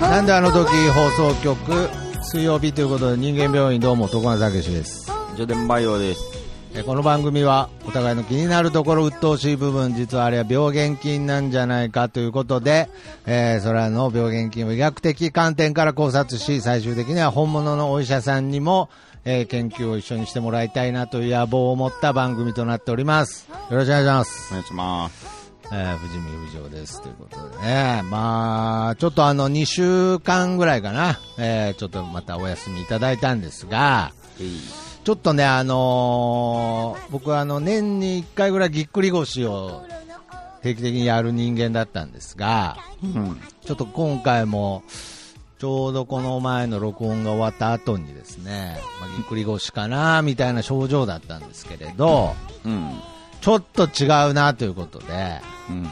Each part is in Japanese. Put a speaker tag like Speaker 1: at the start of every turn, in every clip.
Speaker 1: なんであの時放送局水曜日ということで人間病院どうも徳松武史です
Speaker 2: ジョデンバイオです。
Speaker 1: えこの番組はお互いの気になるところ鬱陶しい部分実はあれは病原菌なんじゃないかということで、えーそれらの病原菌を医学的観点から考察し最終的には本物のお医者さんにも、えー研究を一緒にしてもらいたいなという野望を持った番組となっておりますよろしくお願いします
Speaker 2: お願いします。
Speaker 1: えー、藤見部長ですということでね、まあ、ちょっとあの2週間ぐらいかな、えーちょっとまたお休みいただいたんですが、ちょっとね、あのー僕はあの年に1回ぐらいぎっくり腰を定期的にやる人間だったんですが、
Speaker 2: うん。
Speaker 1: ちょっと今回も、ちょうどこの前の録音が終わった後にですね、まあ、ぎっくり腰かなみたいな症状だったんですけれど、
Speaker 2: うん。
Speaker 1: ちょっと違うなということで、
Speaker 2: う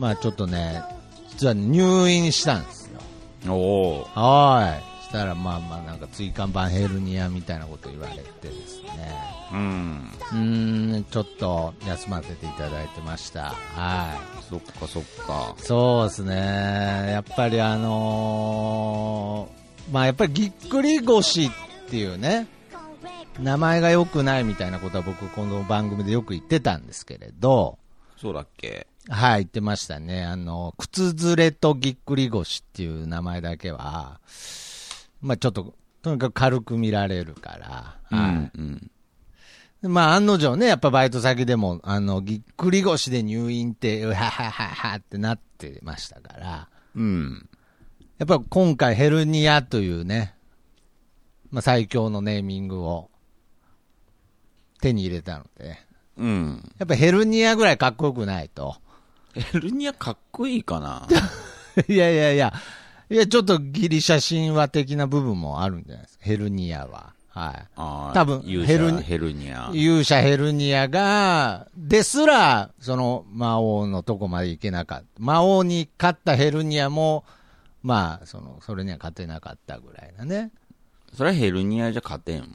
Speaker 1: まあちょっとね、実は入院したんですよ。
Speaker 2: ん。おお。
Speaker 1: はーい。したらまあまあなんか椎間板ヘルニアみたいなこと言われてですね。
Speaker 2: うん。
Speaker 1: うーん、ちょっと休ませていただいてました。はい。
Speaker 2: そっかそっか。
Speaker 1: そうですね。やっぱりあのーまあやっぱりぎっくり腰っていうね、名前が良くないみたいなことは僕この番組でよく言ってたんですけれど、
Speaker 2: そうだっけ
Speaker 1: はい、言ってましたね。あの、靴ずれとぎっくり腰っていう名前だけは、まあちょっと、とにかく軽く見られるから、はい
Speaker 2: うん。
Speaker 1: でまあ案の定ね、やっぱバイト先でも、あの、ぎっくり腰で入院って、うははははってなってましたから、
Speaker 2: うん。
Speaker 1: やっぱ今回ヘルニアというね、まあ最強のネーミングを手に入れたので、
Speaker 2: うん。
Speaker 1: やっぱヘルニアぐらいかっこよくないと。
Speaker 2: ヘルニアかっこいいかな
Speaker 1: いやいやいや、いや、ちょっとギリシャ神話的な部分もあるんじゃないですか、ヘルニアは。は
Speaker 2: あー
Speaker 1: 多分
Speaker 2: 勇者
Speaker 1: ヘルニ
Speaker 2: ヘルニア。
Speaker 1: い。勇者ヘルニアが、ですら、その魔王のとこまで行けなかった。魔王に勝ったヘルニアも、まあ、その、それには勝てなかったぐらいなね。
Speaker 2: それはヘルニアじゃ勝てんわ。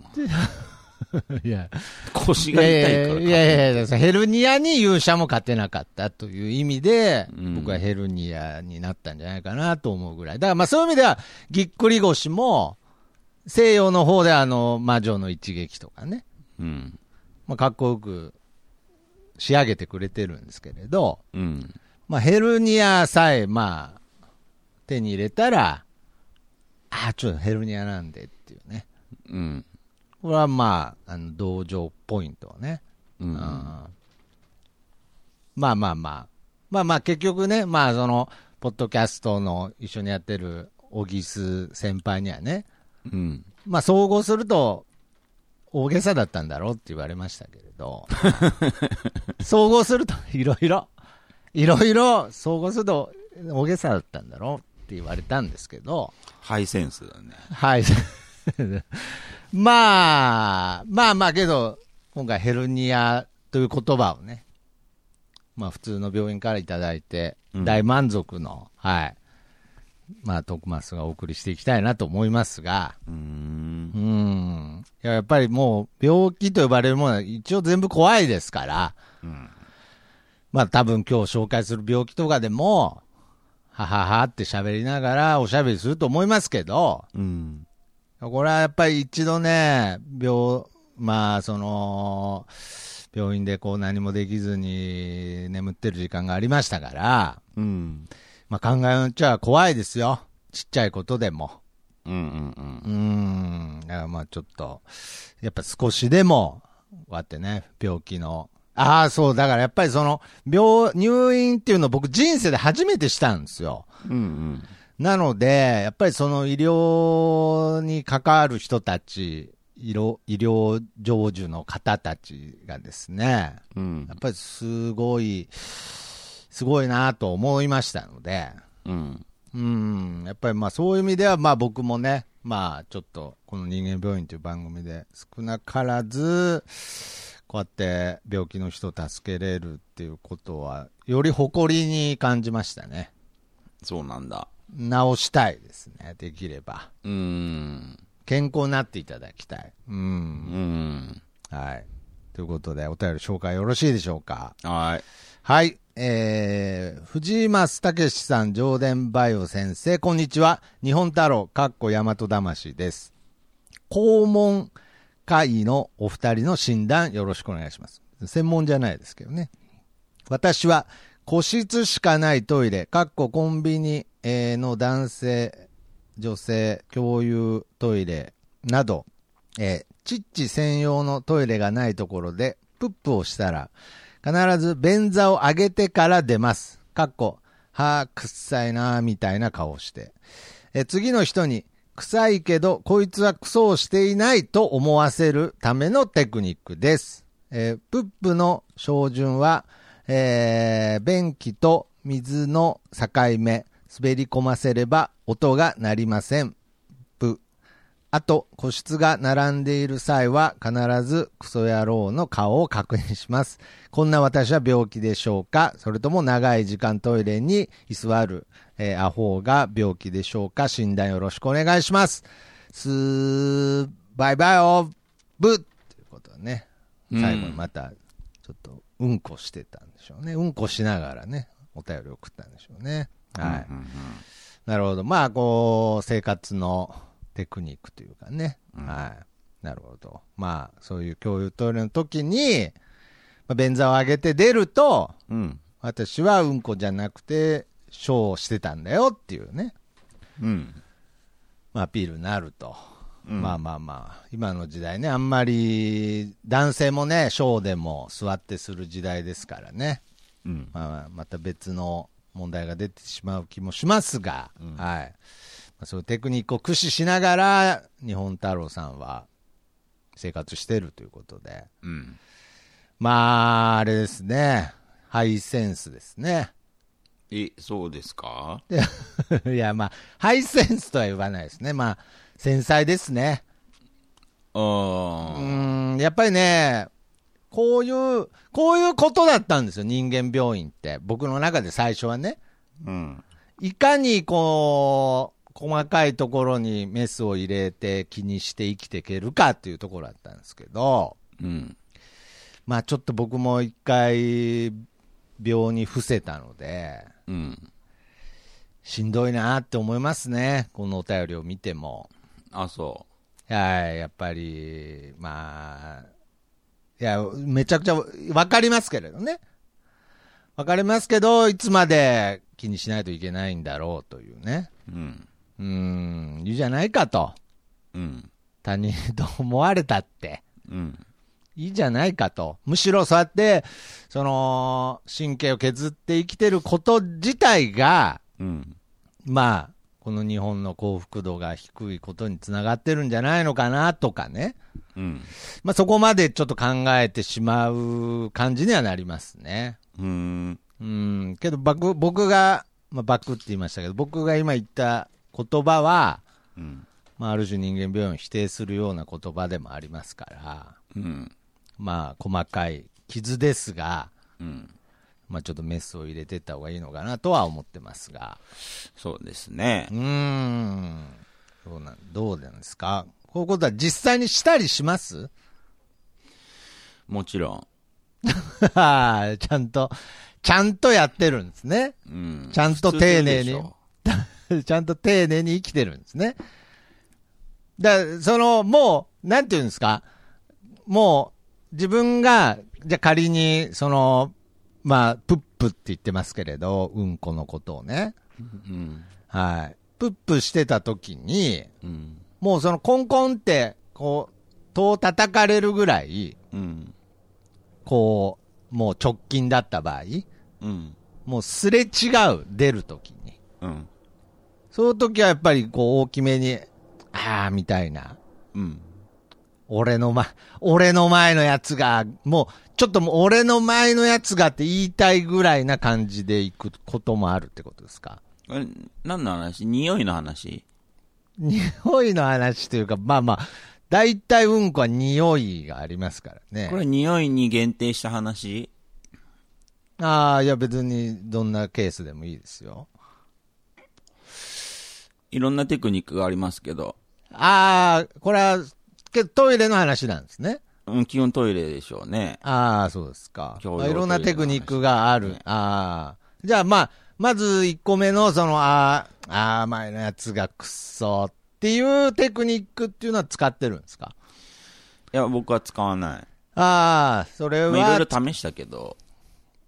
Speaker 1: いや、
Speaker 2: 腰
Speaker 1: い
Speaker 2: が
Speaker 1: や
Speaker 2: 痛
Speaker 1: い
Speaker 2: いか
Speaker 1: や
Speaker 2: ら勝てん
Speaker 1: いやいやヘルニアに勇者も勝てなかったという意味で、
Speaker 2: うん
Speaker 1: 僕はヘルニアになったんじゃないかなと思うぐらい。だからまあそういう意味では、ぎっくり腰も、西洋の方であの、魔女の一撃とかね、
Speaker 2: うん。
Speaker 1: まあ、かっこよく仕上げてくれてるんですけれど、
Speaker 2: うん。
Speaker 1: まあヘルニアさえ、まあ、手に入れたら、ああ、ちょっとヘルニアなんでっていうね。
Speaker 2: うん。
Speaker 1: これはまあ、あの、同情ポイントをね。
Speaker 2: うん。
Speaker 1: まあまあまあ、まあまあ、結局ね、まあ、その、ポッドキャストの一緒にやってる小木須先輩にはね、
Speaker 2: うん。
Speaker 1: まあ、総合すると、大げさだったんだろうって言われましたけれど、総合すると、いろいろ、いろいろ、総合すると、大げさだったんだろうって言われたんですけど、
Speaker 2: ハイセンスだね。
Speaker 1: はい。まあ、まあまあけど、今回ヘルニアという言葉をね、まあ普通の病院からいただいて、
Speaker 2: うん
Speaker 1: 大満足の、はい。まあ、徳スがお送りしていきたいなと思いますが、
Speaker 2: うー。
Speaker 1: うんん。いややっぱりもう、病気と呼ばれるものは一応全部怖いですから、
Speaker 2: うん。
Speaker 1: まあ多分今日紹介する病気とかでも、はははって喋りながらおしゃべりすると思いますけど、
Speaker 2: うん。
Speaker 1: これはやっぱり一度ね、病、まあ、その、病院でこう何もできずに眠ってる時間がありましたから、
Speaker 2: うん。
Speaker 1: まあ考えのうちは怖いですよ。ちっちゃいことでも。
Speaker 2: うんうんうん
Speaker 1: うーん。だからまあちょっと、やっぱ少しでも、こうやってね、病気の。ああ、そう、だからやっぱりその、病、入院っていうのを僕人生で初めてしたんですよ。
Speaker 2: うんうん。
Speaker 1: なので、やっぱりその医療に関わる人たち、医療医療成就の方たちがですね、
Speaker 2: うん
Speaker 1: やっぱりすごい、すごいなと思いましたので、
Speaker 2: うん。
Speaker 1: うん、やっぱりまあそういう意味では、まあ僕もね、まあちょっと、この人間病院という番組で少なからず、こうやって病気の人を助けれるっていうことは、より誇りに感じましたね。
Speaker 2: そうなんだ。
Speaker 1: 直したいですね、できれば。
Speaker 2: うーん。
Speaker 1: 健康になっていただきたい。う。
Speaker 2: うんん。
Speaker 1: はい。ということで、お便り紹介よろしいでしょうか。
Speaker 2: はい。
Speaker 1: はい。えー、藤松武史さん、上田バイオ先生、こんにちは。日本太郎、かっこ大和魂です。肛門科医のお二人の診断、よろしくお願いします。専門じゃないですけどね。私は個室しかないトイレ、かっこコンビニえーの男性、女性、共有トイレなど、えー、チッチ専用のトイレがないところで、プップをしたら、必ず便座を上げてから出ます。かっこ、はぁ、くっさいなぁ、みたいな顔をして。えー次の人に、臭いけど、こいつはクソをしていないと思わせるためのテクニックです。えープップの照準は、えー便器と水の境目、滑り込ませれば音が鳴りません。プ。あと、個室が並んでいる際は、必ずクソ野郎の顔を確認します。こんな私は病気でしょうかそれとも長い時間トイレに居座る、えーアホが病気でしょうか診断よろしくお願いします。すー、バイバイオブということでね、最後にまた、ちょっと、うんこしてたんでしょうね。うんこしながらね、お便り送ったんでしょうね。はい。
Speaker 2: うんうん
Speaker 1: なるほど。まあ、こう、生活のテクニックというかね。はい。なるほど。まあ、そういう共有トイレの時に、まあ、便座を上げて出ると、
Speaker 2: うん。うん
Speaker 1: 私はうんこじゃなくて、ショーをしてたんだよっていうね、
Speaker 2: うん。
Speaker 1: まあ、アピールになると。
Speaker 2: うん
Speaker 1: まあまあまあ、今の時代ね、あんまり男性もね、ショーでも座ってする時代ですからね。
Speaker 2: うん。
Speaker 1: まあ、また別の問題が出てしまう気もしますが、はいまあ、そういうテクニックを駆使しながら日本太郎さんは生活してるということで
Speaker 2: うん。
Speaker 1: まああれですねハイセンスですね
Speaker 2: え、そうですか
Speaker 1: いやまあハイセンスとは言わないですねまあ繊細ですね
Speaker 2: あ
Speaker 1: う
Speaker 2: ー
Speaker 1: んやっぱりねこういうこういうことだったんですよ人間病院って僕の中で最初はね
Speaker 2: うん。
Speaker 1: いかにこう、細かいところにメスを入れて気にして生きていけるかっていうところだったんですけど、
Speaker 2: うん。
Speaker 1: まあちょっと僕も一回病に伏せたので、
Speaker 2: うん。
Speaker 1: しんどいなって思いますね。このお便りを見ても。
Speaker 2: あ、そ
Speaker 1: はい、やっぱり、まあ、いや、めちゃくちゃわかりますけれどね。わかりますけど、いつまで気にしないといけないんだろうというね。
Speaker 2: う。うん。
Speaker 1: うーん、いいじゃないかと。
Speaker 2: うん。
Speaker 1: 他人と思われたって、
Speaker 2: うん。
Speaker 1: いいじゃないかと。むしろそうやって、その、神経を削って生きてること自体が、
Speaker 2: うん。
Speaker 1: まあ、この日本の幸福度が低いことにつながってるんじゃないのかなとかね。
Speaker 2: うん。
Speaker 1: まあそこまでちょっと考えてしまう感じにはなりますね。
Speaker 2: うん。
Speaker 1: うん、けど僕、僕が、まあバクって言いましたけど、僕が今言った言葉は、
Speaker 2: うん。
Speaker 1: まあある種人間病院を否定するような言葉でもありますから。
Speaker 2: うん。
Speaker 1: まあ、細かい傷ですが、
Speaker 2: うん。
Speaker 1: まあ、ちょっとメスを入れてった方がいいのかなとは思ってますが。
Speaker 2: そうですね
Speaker 1: う。ーん。どうなん、どうなんですかこういうことは実際にしたりします
Speaker 2: もちろ
Speaker 1: はあちゃんと、ちゃんとやってるんですね。
Speaker 2: ん。うん。
Speaker 1: ちゃんと丁寧に
Speaker 2: 普通でしょ
Speaker 1: ちゃんと丁寧に生きてるんですね。だその、もう、なんていうんですか、もう、自分が、じゃあ仮に、その、まあ、プップって言ってますけれど、うんこのことをね、
Speaker 2: うん。
Speaker 1: はい。プップしてた時に、
Speaker 2: うん。
Speaker 1: もうそのコンコンって、こう、戸を叩かれるぐらい、
Speaker 2: うん。
Speaker 1: こう、もう直近だった場合、
Speaker 2: うん。
Speaker 1: もうすれ違う、出る時に。
Speaker 2: うん。
Speaker 1: その時はやっぱりこう大きめに、あーみたいな。
Speaker 2: うん。
Speaker 1: 俺のま、俺の前のやつが、もう、ちょっともう俺の前のやつがって言いたいぐらいな感じで行くこともあるってことですか
Speaker 2: あれ、何の話匂いの話
Speaker 1: 匂いの話というか、まあまあ、大体うんこは匂いがありますからね。
Speaker 2: これ匂いに限定した話
Speaker 1: ああ、いや別にどんなケースでもいいですよ。
Speaker 2: いろんなテクニックがありますけど。
Speaker 1: ああ、これは、けどトイレの話なんですね。
Speaker 2: うん、基本トイレでしょうね。
Speaker 1: ああ、そうですか。
Speaker 2: 共
Speaker 1: ま
Speaker 2: 同
Speaker 1: あいろんな
Speaker 2: トイレ
Speaker 1: テ
Speaker 2: の話
Speaker 1: クニックがある。
Speaker 2: ね
Speaker 1: ああ。じゃあまあ、まず1個目のその、ああ、ああ、前のやつがくっそっていうテクニックっていうのは使ってるんですか
Speaker 2: いや、僕は使わない。
Speaker 1: ああ、それ
Speaker 2: まあいろい
Speaker 1: は
Speaker 2: ろ、試したけど。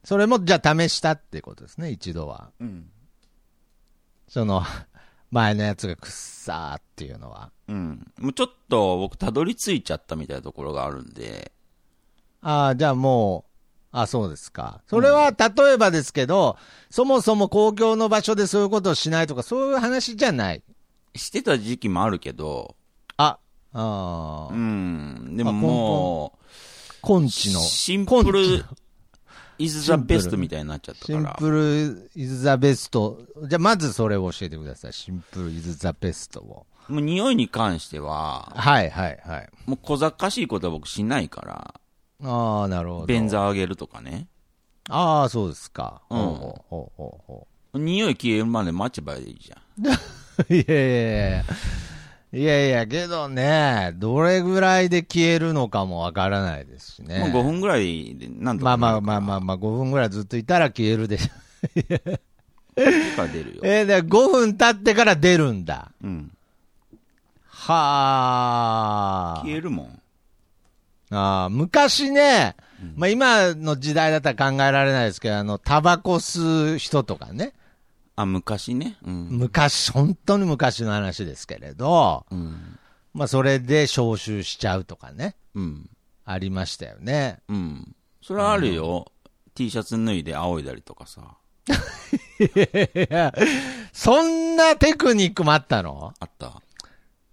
Speaker 1: それもじゃあ試したってことですね、一度は。
Speaker 2: うん。
Speaker 1: その、 前のやつがくっさーっていうのは。
Speaker 2: うん。もうちょっと僕、たどり着いちゃったみたいなところがあるんで。
Speaker 1: ああ、じゃあもう、あそうですか。それは、例えばですけど、そもそも公共の場所でそういうことをしないとか、そういう話じゃない。
Speaker 2: してた時期もあるけど。
Speaker 1: あ、ああ、
Speaker 2: うん。でも
Speaker 1: あ根
Speaker 2: も
Speaker 1: 根
Speaker 2: う、
Speaker 1: 治の。
Speaker 2: シンプル、イズザベス
Speaker 1: シンプ
Speaker 2: ト
Speaker 1: ル
Speaker 2: みたいになっちゃったか
Speaker 1: シン
Speaker 2: ら。
Speaker 1: プルイズザベスト。じゃあ、まずそれを教えてください。シンプルイズザベストを。
Speaker 2: もう匂いに関しては、
Speaker 1: はい、はい、はい。
Speaker 2: もう小賢しいことは僕しないから。
Speaker 1: ああ、なるほど。
Speaker 2: 便座上げるとかね。
Speaker 1: ああ、そうですか。
Speaker 2: うん
Speaker 1: ほうほうほうほうほう
Speaker 2: 匂い消えるまで待ちばいいじゃん。
Speaker 1: いやいやいや。いやいや、けどね、どれぐらいで消えるのかもわからないですしね。
Speaker 2: もう5分ぐらいで、なんと
Speaker 1: ま
Speaker 2: か
Speaker 1: あま
Speaker 2: な
Speaker 1: あ
Speaker 2: るか
Speaker 1: ま
Speaker 2: ら。
Speaker 1: あまあまあ、5分ぐらいずっといたら消えるでしょ。
Speaker 2: 結果出るよ。
Speaker 1: えー、で5分経ってから出るんだ。
Speaker 2: うん。
Speaker 1: はあ。
Speaker 2: 消えるもん。
Speaker 1: あー昔ね、まあ今の時代だったら考えられないですけど、あの、タバコ吸う人とかね。
Speaker 2: あ、昔ね。うん。
Speaker 1: 昔、本当に昔の話ですけれど、
Speaker 2: うん。
Speaker 1: まあそれで消臭しちゃうとかね。
Speaker 2: うん。
Speaker 1: ありましたよね。
Speaker 2: うん。それはあるよ。T シャツ脱いで仰いだりとかさ。
Speaker 1: いや、そんなテクニックもあったの
Speaker 2: あった。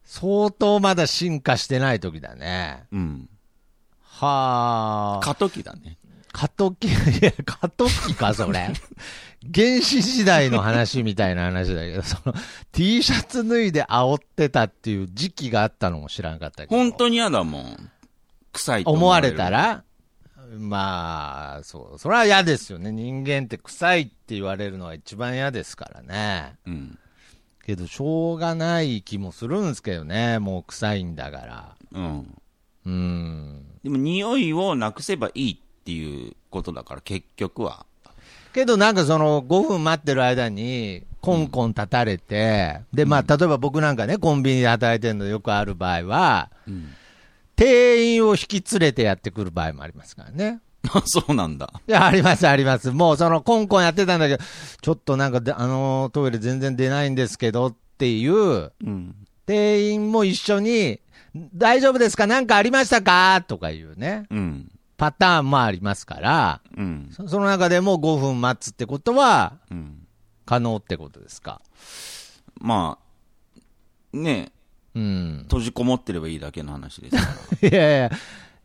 Speaker 1: 相当まだ進化してない時だね。
Speaker 2: うん。
Speaker 1: はあ。
Speaker 2: 過渡期だね。
Speaker 1: 過渡 期、いや、過渡期か、それ。原始時代の話みたいな話だけど、その、T シャツ脱いで煽ってたっていう時期があったのも知らんかったけど。
Speaker 2: 本当に嫌だもん。臭いと
Speaker 1: 思われた
Speaker 2: ら。
Speaker 1: らまあ、そう、それは嫌ですよね。人間って臭いって言われるのは一番嫌ですからね。
Speaker 2: うん。
Speaker 1: けど、しょうがない気もするんですけどね。もう臭いんだから。
Speaker 2: うん。
Speaker 1: うん。
Speaker 2: でも匂いをなくせばいいっていうことだから、結局は。
Speaker 1: けどなんかその5分待ってる間に、コンコン立たれて、で、まあ、例えば僕なんかね、コンビニで働いてるのよくある場合は、
Speaker 2: うん。
Speaker 1: 店員を引き連れてやってくる場合もありますからね。
Speaker 2: あ、 そうなんだ。
Speaker 1: いや、あります、あります。もうその、コンコンやってたんだけど、ちょっとなんかで、あのートイレ全然出ないんですけどっていう、
Speaker 2: うん。
Speaker 1: 店員も一緒に、大丈夫ですかなんかありましたかとかいうね、
Speaker 2: うん。
Speaker 1: パターンもありますから、
Speaker 2: うん。
Speaker 1: そその中でも5分待つってことは、
Speaker 2: うん。
Speaker 1: 可能ってことですか。
Speaker 2: まあ、ねえ
Speaker 1: うん。
Speaker 2: 閉じこもってればいいだけの話ですか。
Speaker 1: いやいや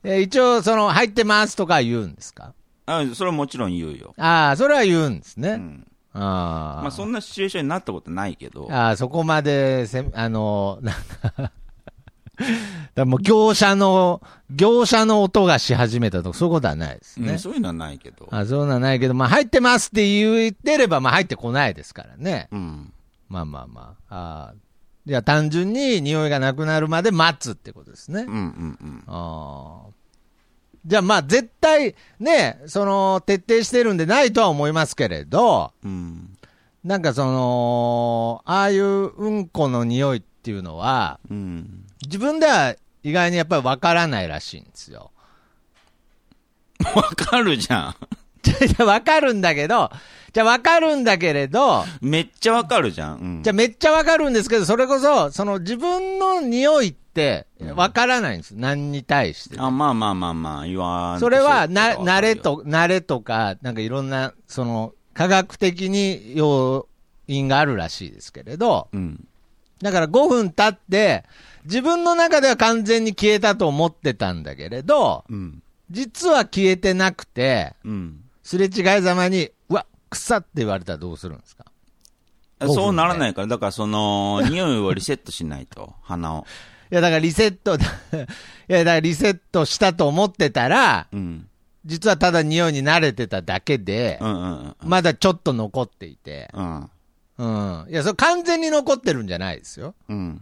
Speaker 1: え一応、その、入ってますとか言うんですから
Speaker 2: あそれはもちろん言うよ。
Speaker 1: ああ、それは言うんですね。
Speaker 2: うん。
Speaker 1: ああ。
Speaker 2: まあそんなシチュエーションになったことないけど。
Speaker 1: ああ、そこまでせ、あの、なんかだから もう業者の、業者の音がし始めたとか、そういうことはないです
Speaker 2: う
Speaker 1: ね
Speaker 2: ん。そういうのはないけど。
Speaker 1: あそういうのはないけど、まあ、入ってますって言ってれば、まあ、入ってこないですからね。
Speaker 2: うん。
Speaker 1: まあまあまあ。ああじゃあ、単純に匂いがなくなるまで待つってことですね。
Speaker 2: うんうんうん。
Speaker 1: ああ。じゃあ、まあ、絶対、ね、その、徹底してるんでないとは思いますけれど、
Speaker 2: うん。
Speaker 1: なんかその、ああいううんこの匂いっていうのは、
Speaker 2: うん。
Speaker 1: 自分では意外にやっぱりわからないらしいんですよ。
Speaker 2: わかるじゃ
Speaker 1: じゃあじゃあわかるんだけど、じゃあわかるんだけれど、
Speaker 2: ん。 めっちゃわかるじゃん。うん。
Speaker 1: じゃあめっちゃわかるんですけど、それこそ、その自分の匂いってわからないんです。何に対して。
Speaker 2: あ、まあまあまあまあ、言わん
Speaker 1: それは、な、
Speaker 2: そういうことわ
Speaker 1: 慣
Speaker 2: かる
Speaker 1: れ。
Speaker 2: よ
Speaker 1: と、慣れとか、なんかいろんな、その、科学的に要因があるらしいですけれど、
Speaker 2: うん。
Speaker 1: だから5分経って、自分の中では完全に消えたと思ってたんだけれど、
Speaker 2: うん。
Speaker 1: 実は消えてなくて、
Speaker 2: うん。
Speaker 1: すれ違いざまに、うわ、草って言われたらどうするんですか5分
Speaker 2: そうならないから、だからその、匂いをリセットしないと、鼻を。
Speaker 1: いや、だからリセット、 いや、だからリセットしたと思ってたら、
Speaker 2: うん。
Speaker 1: 実はただ匂いに慣れてただけで
Speaker 2: う、んうんうん。
Speaker 1: まだちょっと残っていて、
Speaker 2: うん。
Speaker 1: うん。いや、それ完全に残ってるんじゃないですよ。
Speaker 2: うん。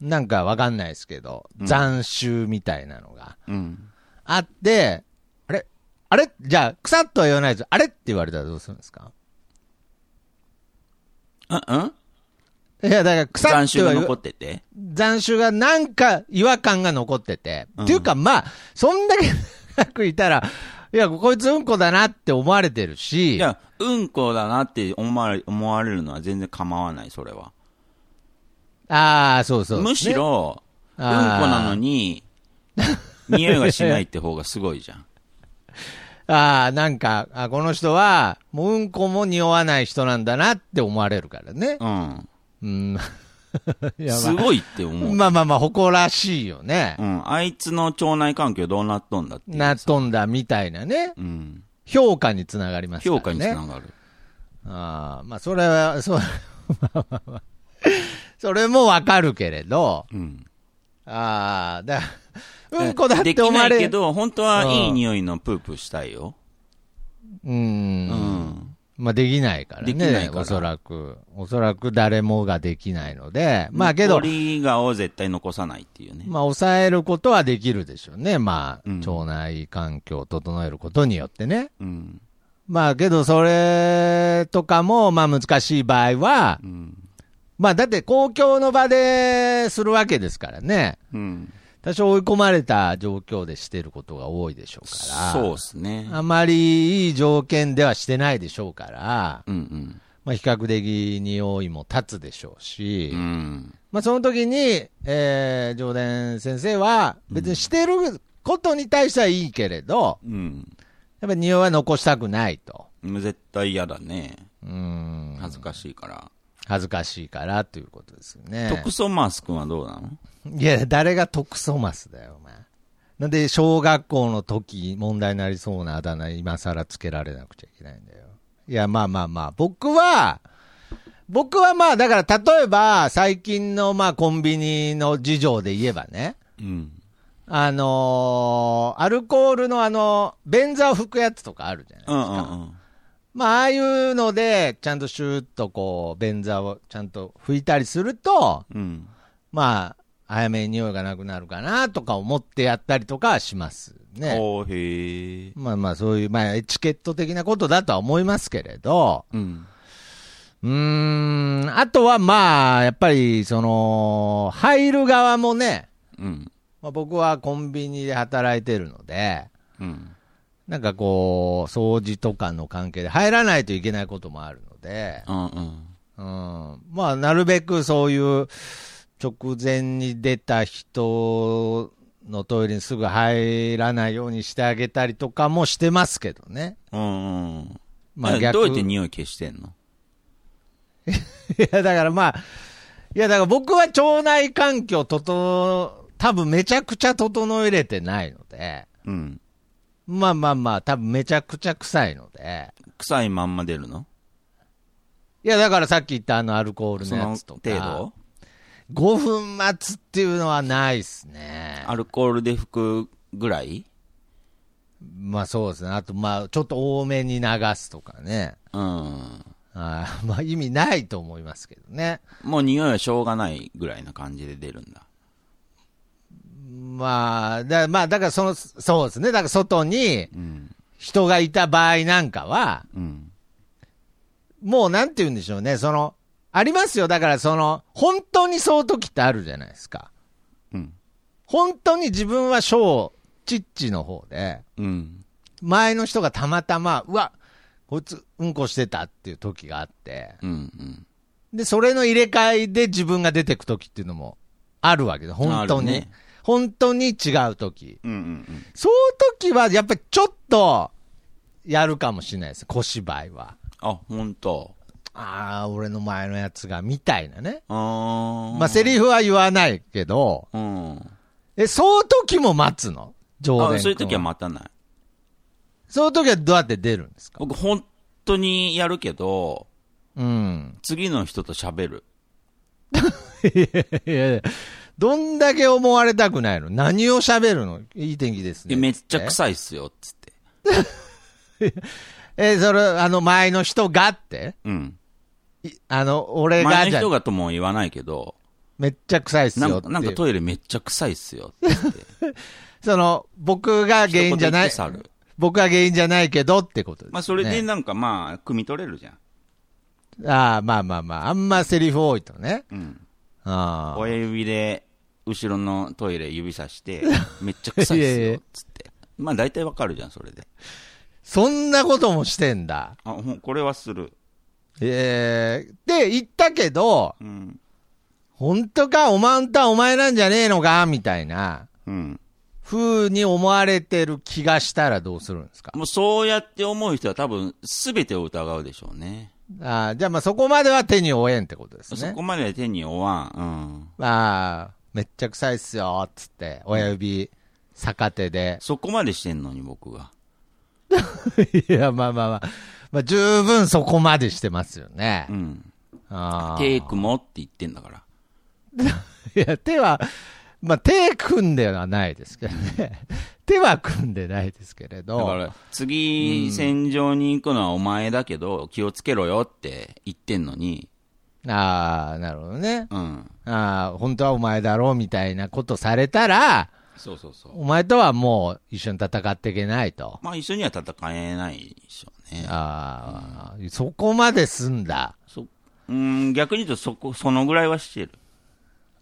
Speaker 1: なんかわかんないですけど、
Speaker 2: うん
Speaker 1: 残臭みたいなのが。
Speaker 2: うん。
Speaker 1: あって、あれあれじゃあ、腐っとは言わないです。あれって言われたらどうするんですか
Speaker 2: うんうん
Speaker 1: いや、だから腐っ
Speaker 2: 残
Speaker 1: と
Speaker 2: 臭が
Speaker 1: は言
Speaker 2: 残
Speaker 1: わ
Speaker 2: ってて。
Speaker 1: 残臭がなんか違和感が残ってて。
Speaker 2: うん
Speaker 1: っていうか、まあ、そんだけ長くいたら、いや、こいつうんこだなって思われてるし、
Speaker 2: いや、うんこだなって思われ思われるのは全然構わない、それは。
Speaker 1: ああ、そうそう、
Speaker 2: むし、ろ、うんこ
Speaker 1: あー
Speaker 2: なの に、匂いがしないって方がすごいじゃん。
Speaker 1: ああ、なんか、あこの人は、もううんこも匂わない人なんだなって思われるからね。
Speaker 2: うん。
Speaker 1: うん。 いや
Speaker 2: すごいって思う。
Speaker 1: まあまあまあ、誇らしいよね。
Speaker 2: うん。あいつの腸内環境どうなっとんだっていう
Speaker 1: なっとんだみたいなね。
Speaker 2: うん。
Speaker 1: 評価につながりますからね。
Speaker 2: 評価につながる。
Speaker 1: ああ、まあそれは、 そう、まあまあまあそれもわかるけれど、
Speaker 2: うん。
Speaker 1: ああ、だ、うんこだっ
Speaker 2: で
Speaker 1: て
Speaker 2: き
Speaker 1: 思
Speaker 2: な
Speaker 1: わ
Speaker 2: いけ
Speaker 1: れる。
Speaker 2: ど、本当はいい匂いのプープしたいよ。
Speaker 1: う。
Speaker 2: うんん。
Speaker 1: まあできないからね。
Speaker 2: できないから
Speaker 1: おそらく。おそらく誰もができないので、まあけど、
Speaker 2: 鳥がを絶対残さないっていうね。
Speaker 1: まあ抑えることはできるでしょうね。まあ、
Speaker 2: うん
Speaker 1: 腸内環境を整えることによってね。
Speaker 2: うん。
Speaker 1: まあけど、それとかも、まあ難しい場合は
Speaker 2: う、ん。
Speaker 1: まあだって公共の場でするわけですからね。
Speaker 2: うん。
Speaker 1: 多少追い込まれた状況でしてることが多いでしょうから。
Speaker 2: そうですね。
Speaker 1: あまりいい条件ではしてないでしょうから、
Speaker 2: うんうん。
Speaker 1: まあ比較的匂いも立つでしょうし、
Speaker 2: うん。
Speaker 1: まあその時に、えー、上田先生は別にしてることに対してはいいけれど、
Speaker 2: うん。
Speaker 1: やっぱり匂いは残したくないと。
Speaker 2: 絶対嫌だね。
Speaker 1: うん。
Speaker 2: 恥ずかしいから。
Speaker 1: 恥ずかしいからということですよね。
Speaker 2: 特ソマス君はどうなの
Speaker 1: いや、誰が特ソマスだよ、お前。なんで、小学校の時、問題になりそうなあだ名、今更つけられなくちゃいけないんだよ。いや、まあまあまあ、僕は、僕はまあ、だから、例えば、最近の、まあ、コンビニの事情で言えばね、
Speaker 2: うん。
Speaker 1: あのーアルコールのあの、便座を拭くやつとかあるじゃないです
Speaker 2: う
Speaker 1: か。
Speaker 2: んうんうん。
Speaker 1: まあ、ああいうので、ちゃんとシューッとこう、便座をちゃんと拭いたりすると、
Speaker 2: うん。
Speaker 1: まあ、早めに匂いがなくなるかなとか思ってやったりとかはしますね。
Speaker 2: おーへー。
Speaker 1: まあまあ、そういう、まあ、エチケット的なことだとは思いますけれど、
Speaker 2: うん。
Speaker 1: うーん、あとはまあ、やっぱり、その、入る側もね、
Speaker 2: うん。
Speaker 1: まあ、僕はコンビニで働いてるので、
Speaker 2: うん。
Speaker 1: なんかこう、掃除とかの関係で入らないといけないこともあるので、
Speaker 2: うんうん。
Speaker 1: うん、まあ、なるべくそういう直前に出た人のトイレにすぐ入らないようにしてあげたりとかもしてますけどね。
Speaker 2: うんうん。
Speaker 1: まあ
Speaker 2: え
Speaker 1: 逆
Speaker 2: どうやって匂い消してんの
Speaker 1: いや、だからまあ、いや、だから僕は腸内環境整、多分めちゃくちゃ整えれてないので、
Speaker 2: うん。
Speaker 1: まあまあまあ、多分めちゃくちゃ臭いので、
Speaker 2: 臭いまんま出るの
Speaker 1: いや、だからさっき言ったあのアルコール
Speaker 2: そ
Speaker 1: の
Speaker 2: の
Speaker 1: やつと
Speaker 2: 程
Speaker 1: か、
Speaker 2: 度
Speaker 1: 5分待つっていうのはないっすね。
Speaker 2: アルコールで拭くぐらい
Speaker 1: まあそうですね。あと、まあ、ちょっと多めに流すとかね。
Speaker 2: うん。
Speaker 1: あーまあ意味ない と思いますけどね。
Speaker 2: もう匂いはしょうがないぐらいな感じで出るんだ。
Speaker 1: まあ、だまあ、だからその、そうですね。だから外に
Speaker 2: うん。
Speaker 1: 人がいた場合なんかは、
Speaker 2: うん。
Speaker 1: もうなんて言うんでしょうね。その、ありますよ。だからその、本当にそう時ってあるじゃないですか。
Speaker 2: うん。
Speaker 1: 本当に自分は小、チッチの方で、
Speaker 2: うん。
Speaker 1: 前の人がたまたま、うわ、こいつ、うんこしてたっていう時があって、
Speaker 2: うん。うん。
Speaker 1: で、それの入れ替えで自分が出てくときっていうのもあるわけで、本当に。
Speaker 2: あるね
Speaker 1: 本当に違うとき。
Speaker 2: うん。うん。
Speaker 1: そういうときは、やっぱりちょっと、やるかもしれないです。小芝居は。
Speaker 2: あ、ほんと。
Speaker 1: ああ、俺の前のやつが、みたいなね。
Speaker 2: あー。
Speaker 1: まあ、セリフは言わないけど、
Speaker 2: うん。
Speaker 1: え、そういうときも待つの上田
Speaker 2: あ
Speaker 1: 君
Speaker 2: そういう時は待たない。
Speaker 1: そういうときはどうやって出るんですか
Speaker 2: 僕、本当にやるけど、
Speaker 1: うん。
Speaker 2: 次の人と喋る。
Speaker 1: いやいやいやどんだけ思われたくないの何を喋るのいい天気です
Speaker 2: で
Speaker 1: ね。
Speaker 2: めっちゃ臭いっすよ、つって。
Speaker 1: え、それ、あの、前の人がって
Speaker 2: うん。
Speaker 1: いあの、俺が
Speaker 2: 前
Speaker 1: じ
Speaker 2: の
Speaker 1: ゃ
Speaker 2: 人がとも言わないけど、
Speaker 1: めっちゃ臭いっす
Speaker 2: な
Speaker 1: よ
Speaker 2: ん
Speaker 1: って
Speaker 2: かなんかトイレめっちゃ臭いっすよって言って。
Speaker 1: その、僕が原因じゃない
Speaker 2: 一言言って、去る
Speaker 1: 僕が原因じゃないけどってことです、ね。
Speaker 2: まあ、それで
Speaker 1: ね、
Speaker 2: なんかまあ、汲み取れるじゃん。
Speaker 1: ああ、まあまあまあ、あんまセリフ多いとね。
Speaker 2: うん。
Speaker 1: ああ。
Speaker 2: 親指で、後ろのトイレ指さ して、めっちゃ臭いっす
Speaker 1: いやいや
Speaker 2: よ、つって。まあ、大体わかるじゃん、それで。
Speaker 1: そんなこともしてんだ。
Speaker 2: あ、ほん、これはする。
Speaker 1: ええで、言ったけど、
Speaker 2: うん。
Speaker 1: 本当か、おまんたお前なんじゃねえのかみたいな、
Speaker 2: うん。
Speaker 1: 風に思われてる気がしたらどうするんですか
Speaker 2: もうそうやって思う人は多分、すべてを疑うでしょうね。
Speaker 1: ああ、じゃあまあそこまでは手に負えんってことです
Speaker 2: そ
Speaker 1: ね
Speaker 2: こ。までは手に負わん。うん。
Speaker 1: ああ、めっちゃ臭いっすよ、つって、親指、逆手で。
Speaker 2: そこまでしてんのに、僕が。
Speaker 1: いや、まあまあまあ。まあ十分そこまでしてますよね
Speaker 2: う。ん。
Speaker 1: ああ。
Speaker 2: 手組もうって言ってんだから。
Speaker 1: いや、手は、まあ手組んではないですけどね。 手は組んでないですけれど。
Speaker 2: だから、次、戦場に行くのはお前だけど、気をつけろよって言ってんのに、
Speaker 1: ああ、なるほどね。
Speaker 2: うん。
Speaker 1: ああ、本当はお前だろうみたいなことされたら、
Speaker 2: そうそうそう。
Speaker 1: お前とはもう一緒に戦っていけないと。
Speaker 2: まあ、一緒には戦えないでしょうね。
Speaker 1: ああ、そこまで済んだ。
Speaker 2: そうん、逆に言うと、そこ、そのぐらいはしてる。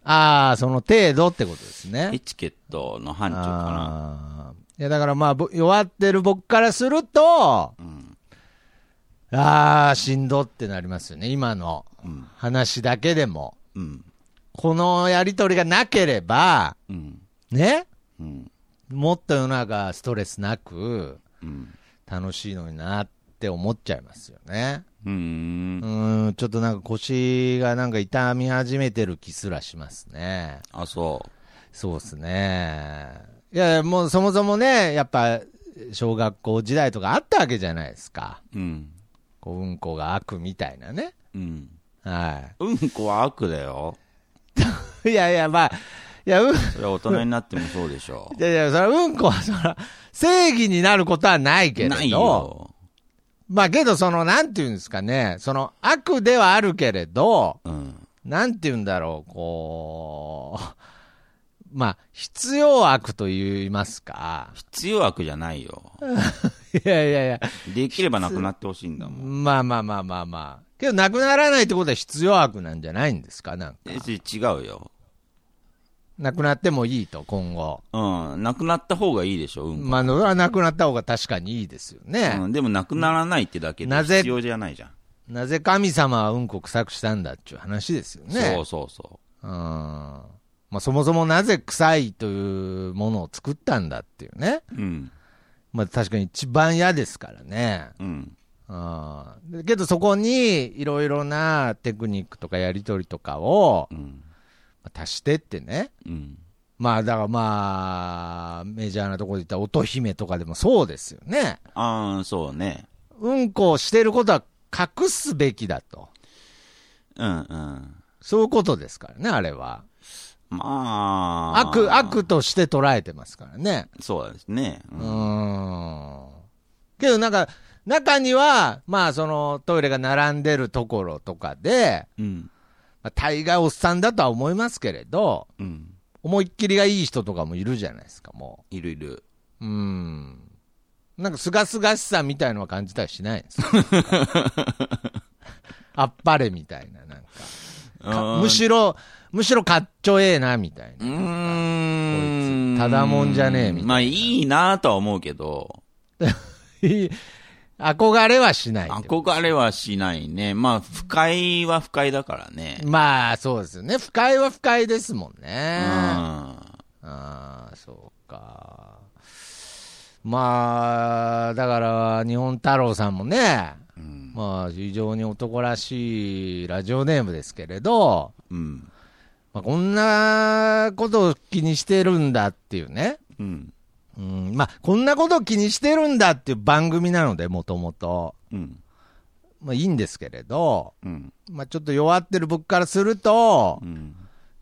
Speaker 1: ああ、その程度ってことですね。
Speaker 2: エチケットの範疇か
Speaker 1: あーいや、だからまあ、ぼ弱ってる僕からすると、
Speaker 2: な。うん。
Speaker 1: ああ、しんどってなりますよね。今の
Speaker 2: うん
Speaker 1: 話だけでも。
Speaker 2: うん。
Speaker 1: このやりとりがなければ、
Speaker 2: うん。
Speaker 1: ね、
Speaker 2: うん。
Speaker 1: もっと世の中ストレスなく
Speaker 2: うん。
Speaker 1: 楽しいのになって思っちゃいますよね。
Speaker 2: う。
Speaker 1: うんーん、ちょっとなんか腰がなんか痛み始めてる気すらしますね。
Speaker 2: あ、そ
Speaker 1: そうですね。いや、もうそもそもね、やっぱ、小学校時代とかあったわけじゃないですか。
Speaker 2: う。うん。
Speaker 1: こう、うんこが悪みたいなね。
Speaker 2: うん。
Speaker 1: は
Speaker 2: うんこは悪だよ。
Speaker 1: い。いやいや、まあ、いや、うん、い
Speaker 2: それは大人になってもそうでし ょ。
Speaker 1: やいや、それはうんこは、そら、正義になることはないうけ
Speaker 2: な
Speaker 1: れ
Speaker 2: い
Speaker 1: ど、
Speaker 2: よ。
Speaker 1: まあけど、その、なんていうんですかね、その、悪ではあるけれど、
Speaker 2: うん。
Speaker 1: なんていうんだろう、こう、 まあ、必要悪と言いますか。
Speaker 2: 必要悪じゃないよ。
Speaker 1: いやいやいや、
Speaker 2: できればなくなってほしいんだもん。
Speaker 1: まあまあまあまあまあ。けど、なくならないってことは必要悪なんじゃないんですかなんか。
Speaker 2: え違うよ。
Speaker 1: なくなってもいいと、今後。
Speaker 2: うん。なくなった方がいいでしょ、うんこ。
Speaker 1: まあ、それはなくなった方が確かにいいですよ
Speaker 2: う
Speaker 1: ね。
Speaker 2: ん、でもなくならないってだけで
Speaker 1: なぜ
Speaker 2: 必要じゃないじゃん。
Speaker 1: なぜ神様はうんこ臭くしたんだっていう話ですよね。
Speaker 2: そうそうそ
Speaker 1: うん。まあ、そもそもなぜ臭いというものを作ったんだっていうね。
Speaker 2: う。うん。
Speaker 1: まあ、確かに一番嫌ですからね。
Speaker 2: うん。
Speaker 1: うん。だけど、そこに、いろいろなテクニックとかやりとりとかを
Speaker 2: う、ん。
Speaker 1: まあ足してってね。
Speaker 2: うん。
Speaker 1: まあ、だからまあ、メジャーなところで言ったら、乙姫とかでもそうですよね。
Speaker 2: ああ、そうね。
Speaker 1: うんこをしてることは隠すべきだと。
Speaker 2: うんうん。
Speaker 1: そういうことですからね、あれは。
Speaker 2: まあ。
Speaker 1: 悪、悪として捉えてますからね。
Speaker 2: そうですね。う
Speaker 1: うー
Speaker 2: ん。
Speaker 1: ん。けどなんか、中には、まあそのトイレが並んでるところとかで、
Speaker 2: うん。
Speaker 1: まあ、大概おっさんだとは思いますけれど、
Speaker 2: うん。
Speaker 1: 思いっきりがいい人とかもいるじゃないですか、も
Speaker 2: いるいる。
Speaker 1: う。うーん。なんか、すがすがしさみたいのは感じたりしないんですか あっぱれみたいな、なんか。かむしろ、むしろかっちょええな、みたいな。
Speaker 2: うーん。
Speaker 1: こいつただもんじゃねえみたいな
Speaker 2: まあいいなとは思うけど、
Speaker 1: 憧れはしないってこと。
Speaker 2: 憧れはしないね。まあ、不快は不快だからね。
Speaker 1: まあ、そうですよね。不快は不快ですもん
Speaker 2: う
Speaker 1: ね。
Speaker 2: ん。
Speaker 1: ああ、そうか。まあ、だから、日本太郎さんもね、
Speaker 2: うん。
Speaker 1: まあ、非常に男らしいラジオネームですけれど、
Speaker 2: うん。
Speaker 1: まあ、こんなことを気にしてるんだっていうね。
Speaker 2: うん。
Speaker 1: うん、まあ、こんなことを気にしてるんだっていう番組なので、もともと。
Speaker 2: うん。
Speaker 1: まあ、いいんですけれど、
Speaker 2: うん。
Speaker 1: まあ、ちょっと弱ってる僕からすると
Speaker 2: う、ん。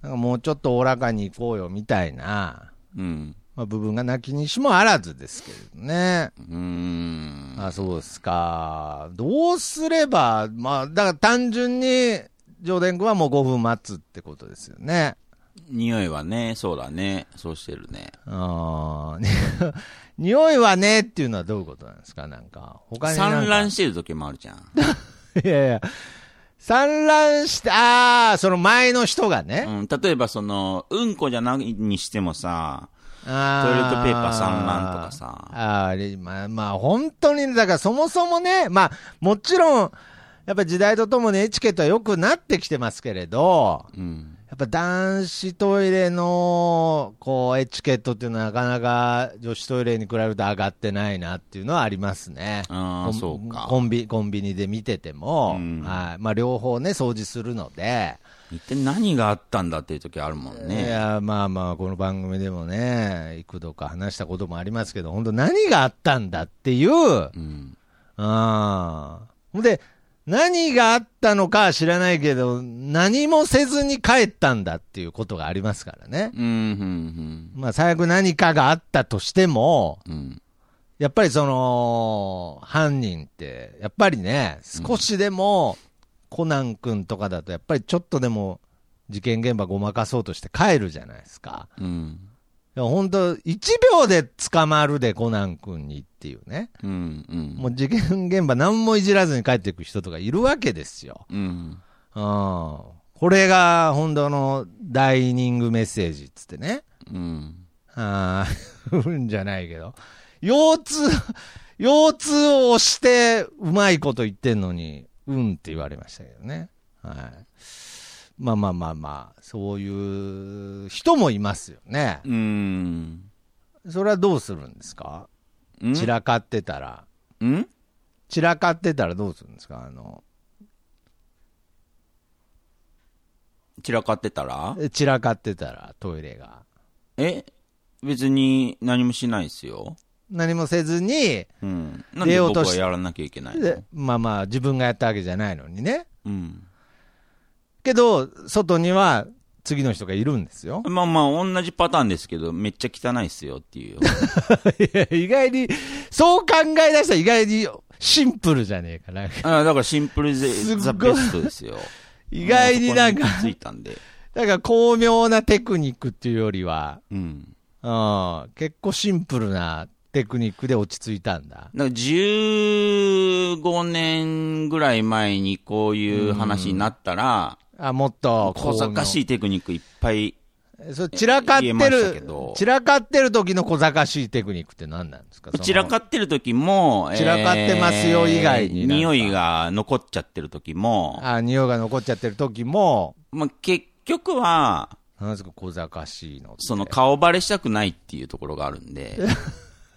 Speaker 1: なんかもうちょっとおおらかに行こうよみたいな、
Speaker 2: うん。
Speaker 1: まあ、部分がなきにしもあらずですけれどね。
Speaker 2: うーん。
Speaker 1: あ、そうですか。どうすれば、まあ、だから単純に、上田君はもう5分待つってことですよね。
Speaker 2: 匂いはね、そうだね。そうしてるね。
Speaker 1: あー 匂いはねっていうのはどういうことなんですかなんか、他になんか
Speaker 2: 散乱してる時もあるじゃん。
Speaker 1: いやいや。散乱して、ああ、その前の人がね。
Speaker 2: うん、例えばその、うんこじゃないにしてもさ、
Speaker 1: トイレッ
Speaker 2: トイレットペーパー散乱とかさ
Speaker 1: あーあれ、まあまあ本当に、だからそもそもね、まあもちろん、やっぱ時代とともにエチケットは良くなってきてますけれど、
Speaker 2: うん。
Speaker 1: やっぱ男子トイレの、こう、エチケットっていうのはなかなか女子トイレに比べると上がってないなっていうのはありますね。
Speaker 2: あ
Speaker 1: コ
Speaker 2: あ、
Speaker 1: ン
Speaker 2: そうか。
Speaker 1: コンビ、コンビニで見てても、
Speaker 2: うん
Speaker 1: はい。まあ、両方ね、掃除するので、
Speaker 2: 一体何があったんだっていう時あるもん
Speaker 1: い
Speaker 2: ね。
Speaker 1: や、まあまあ、この番組でもね、幾度か話したこともありますけど、本当何があったんだっていう、
Speaker 2: うん。
Speaker 1: ああ。ほんで、何があったのかは知らないけど、何もせずに帰ったんだっていうことがありますからね。
Speaker 2: うん、うん、
Speaker 1: まあ、最悪何かがあったとしても、
Speaker 2: うん。うん。
Speaker 1: やっぱりその、犯人って、やっぱりね、少しでも、コナン君とかだと、やっぱりちょっとでも、事件現場ごまかそうとして帰るじゃないですか。
Speaker 2: うん。
Speaker 1: いや本当1秒で捕まるで、コナン君にっていうね。
Speaker 2: うん、うん。
Speaker 1: もう事件現場何もいじらずに帰っていく人とかいるわけですよ。
Speaker 2: うん。
Speaker 1: うん。これが、本当の、ダイニングメッセージっつってね。
Speaker 2: うん。
Speaker 1: ああ、 うんじゃないけど。腰痛、腰痛を押して、うまいこと言ってんのに、うんって言われましたけどね。はい。まあまあまあまあ、そういう人もいますよね。
Speaker 2: うん。
Speaker 1: それはどうするんですか
Speaker 2: うん
Speaker 1: 散らかってたら。
Speaker 2: うん
Speaker 1: 散らかってたらどうするんですかあの、
Speaker 2: 散らかってたら
Speaker 1: 散らかってたら、トイレが。
Speaker 2: え別に何もしないですよ。
Speaker 1: 何もせずに、
Speaker 2: うん。なんで
Speaker 1: 出よう
Speaker 2: 僕
Speaker 1: と
Speaker 2: は
Speaker 1: し
Speaker 2: やらなきゃいけない
Speaker 1: で
Speaker 2: の
Speaker 1: まあまあ、自分がやったわけじゃないのにね。
Speaker 2: うん。
Speaker 1: けど、外には、次の人がいるんですよ。
Speaker 2: まあまあ、同じパターンですけど、めっちゃ汚いっすよっ ていう。
Speaker 1: いや、 意外に、そう考え出したら意外にシンプルじゃねえかな。
Speaker 2: あだからシンプルです
Speaker 1: っごい
Speaker 2: ザベストですよ。
Speaker 1: 意外になんか
Speaker 2: もうそこに行き着いたんで。
Speaker 1: だから巧妙なテクニックっていうよりは、
Speaker 2: うん。
Speaker 1: うん、結構シンプルなテクニックで落ち着いたんだ。
Speaker 2: なんか15年ぐらい前にこういう話になったら、
Speaker 1: あ、もっと、
Speaker 2: 小賢し
Speaker 1: い。
Speaker 2: いテクニックいっぱい。
Speaker 1: そう、散らかっ
Speaker 2: 言
Speaker 1: て
Speaker 2: えましたけ
Speaker 1: る
Speaker 2: ど、
Speaker 1: 散らかってる時の小賢しいテクニックって何なんですか
Speaker 2: 散らかってる時も、
Speaker 1: 散らかってますよ以外になんか
Speaker 2: 匂いが残っちゃってる時も、
Speaker 1: あ、匂いが残っちゃってる時も、
Speaker 2: まあ、結局は、
Speaker 1: なんですか小賢しいのって。
Speaker 2: その顔バレしたくないっていうところがあるんで、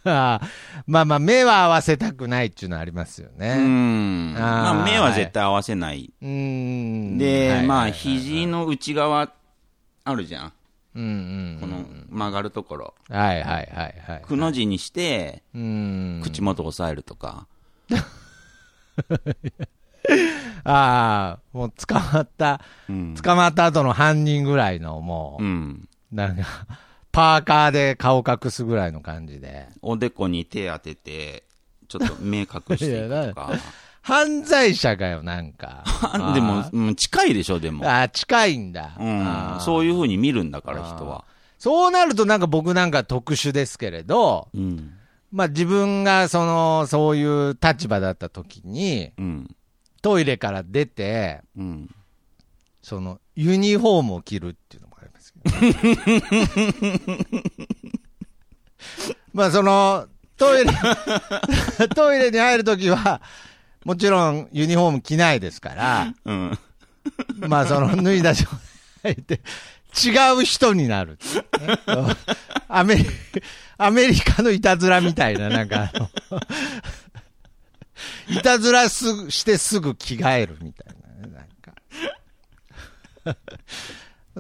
Speaker 1: あまあまあ、目は合わせたくないっていうのはありますよ
Speaker 2: う
Speaker 1: ね。
Speaker 2: ん。まあ、目は絶対合わせない。
Speaker 1: うーん。はいは
Speaker 2: で
Speaker 1: い、
Speaker 2: まあ、肘の内側、あるじゃん。
Speaker 1: うんうん。
Speaker 2: この曲がるところ。
Speaker 1: はいはいはいはい。
Speaker 2: くの字にして、
Speaker 1: うーん。
Speaker 2: 口元押さえるとか。
Speaker 1: ああ、もう捕まった、
Speaker 2: うん。
Speaker 1: 捕まった後の犯人ぐらいのもう、
Speaker 2: うん。
Speaker 1: なんか、パーカーで顔隠すぐらいの感じで。
Speaker 2: おでこに手当てて、ちょっと目隠 していくとか。
Speaker 1: 犯罪者かよ、なん か。
Speaker 2: あでも、うん近いでしょ、でも。
Speaker 1: ああ、近いんだ。
Speaker 2: うん
Speaker 1: あ。ー
Speaker 2: そういう風に見るんだから、人は。
Speaker 1: そうなるとなんか僕なんか特殊ですけれど、
Speaker 2: うん。
Speaker 1: まあ自分がその、そういう立場だった時に、
Speaker 2: うん。
Speaker 1: トイレから出て、
Speaker 2: うん。
Speaker 1: その、ユニフォームを着るっていうのもありますけど、ね。まあ、その、トイレ、 トイレに入るときは、もちろんユニフォーム着ないですから、
Speaker 2: うん。
Speaker 1: まあ、その、脱いだ状態で、違う人になるっていうね、アメリ、アメリカのいたずらみたいな、なんかあの、いたずらすぐしてすぐ着替えるみたいなね、なんか。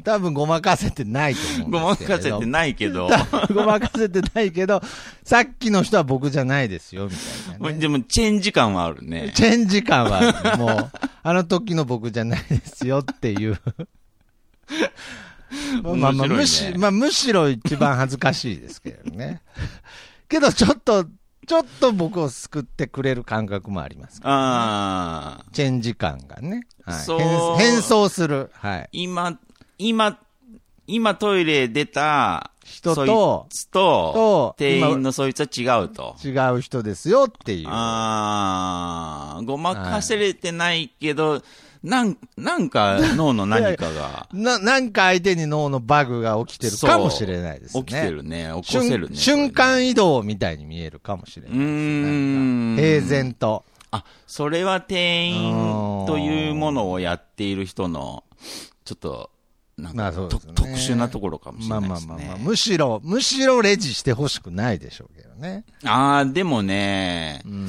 Speaker 1: 多分ごまかせてないと思
Speaker 2: ご
Speaker 1: うん
Speaker 2: ま
Speaker 1: ですけれ
Speaker 2: かせ
Speaker 1: ど。
Speaker 2: てないけど。
Speaker 1: い。ごまかせてないけど、さっきの人は僕じゃないですよ、みたいなね、
Speaker 2: でも、チェンジ感はあるね。
Speaker 1: チェンジ感は、もう、あの時の僕じゃないですよっていう。まあまあまあ、む
Speaker 2: 面白い
Speaker 1: し
Speaker 2: ね
Speaker 1: まあ、むしろ一番恥ずかしいですけどね。 けど、ちょっと、ちょっと僕を救ってくれる感覚もあります。
Speaker 2: ああ。
Speaker 1: チェンジ感がね。はい、
Speaker 2: そう
Speaker 1: 変変装する。はい。
Speaker 2: 今、今、今トイレ出た
Speaker 1: 人と
Speaker 2: そいつと
Speaker 1: と、
Speaker 2: 店員のそいつは違うと。
Speaker 1: 違う人ですよっていう。
Speaker 2: ああ、ごまかせれてないけど、なん、なんか脳の何かが
Speaker 1: な、なんか相手に脳のバグが起きてるかもしれ ないですね。
Speaker 2: 起きてるね。起こせる
Speaker 1: 瞬
Speaker 2: ね。
Speaker 1: 瞬
Speaker 2: これね
Speaker 1: 間移動みたいに見えるかもしれな
Speaker 2: う
Speaker 1: い。
Speaker 2: ーん。
Speaker 1: 平。然と。
Speaker 2: あ、それは店員というものをやっている人の、ちょっと、なん
Speaker 1: ま
Speaker 2: か、
Speaker 1: あそう
Speaker 2: と
Speaker 1: ですね
Speaker 2: 特殊なところかもし
Speaker 1: ま
Speaker 2: れ
Speaker 1: あ
Speaker 2: な
Speaker 1: ま
Speaker 2: いで
Speaker 1: あ
Speaker 2: すね。
Speaker 1: まあまあ、むしろ、むしろレジしてほしくないでしょうけどね。
Speaker 2: ああ、でもね、
Speaker 1: うん。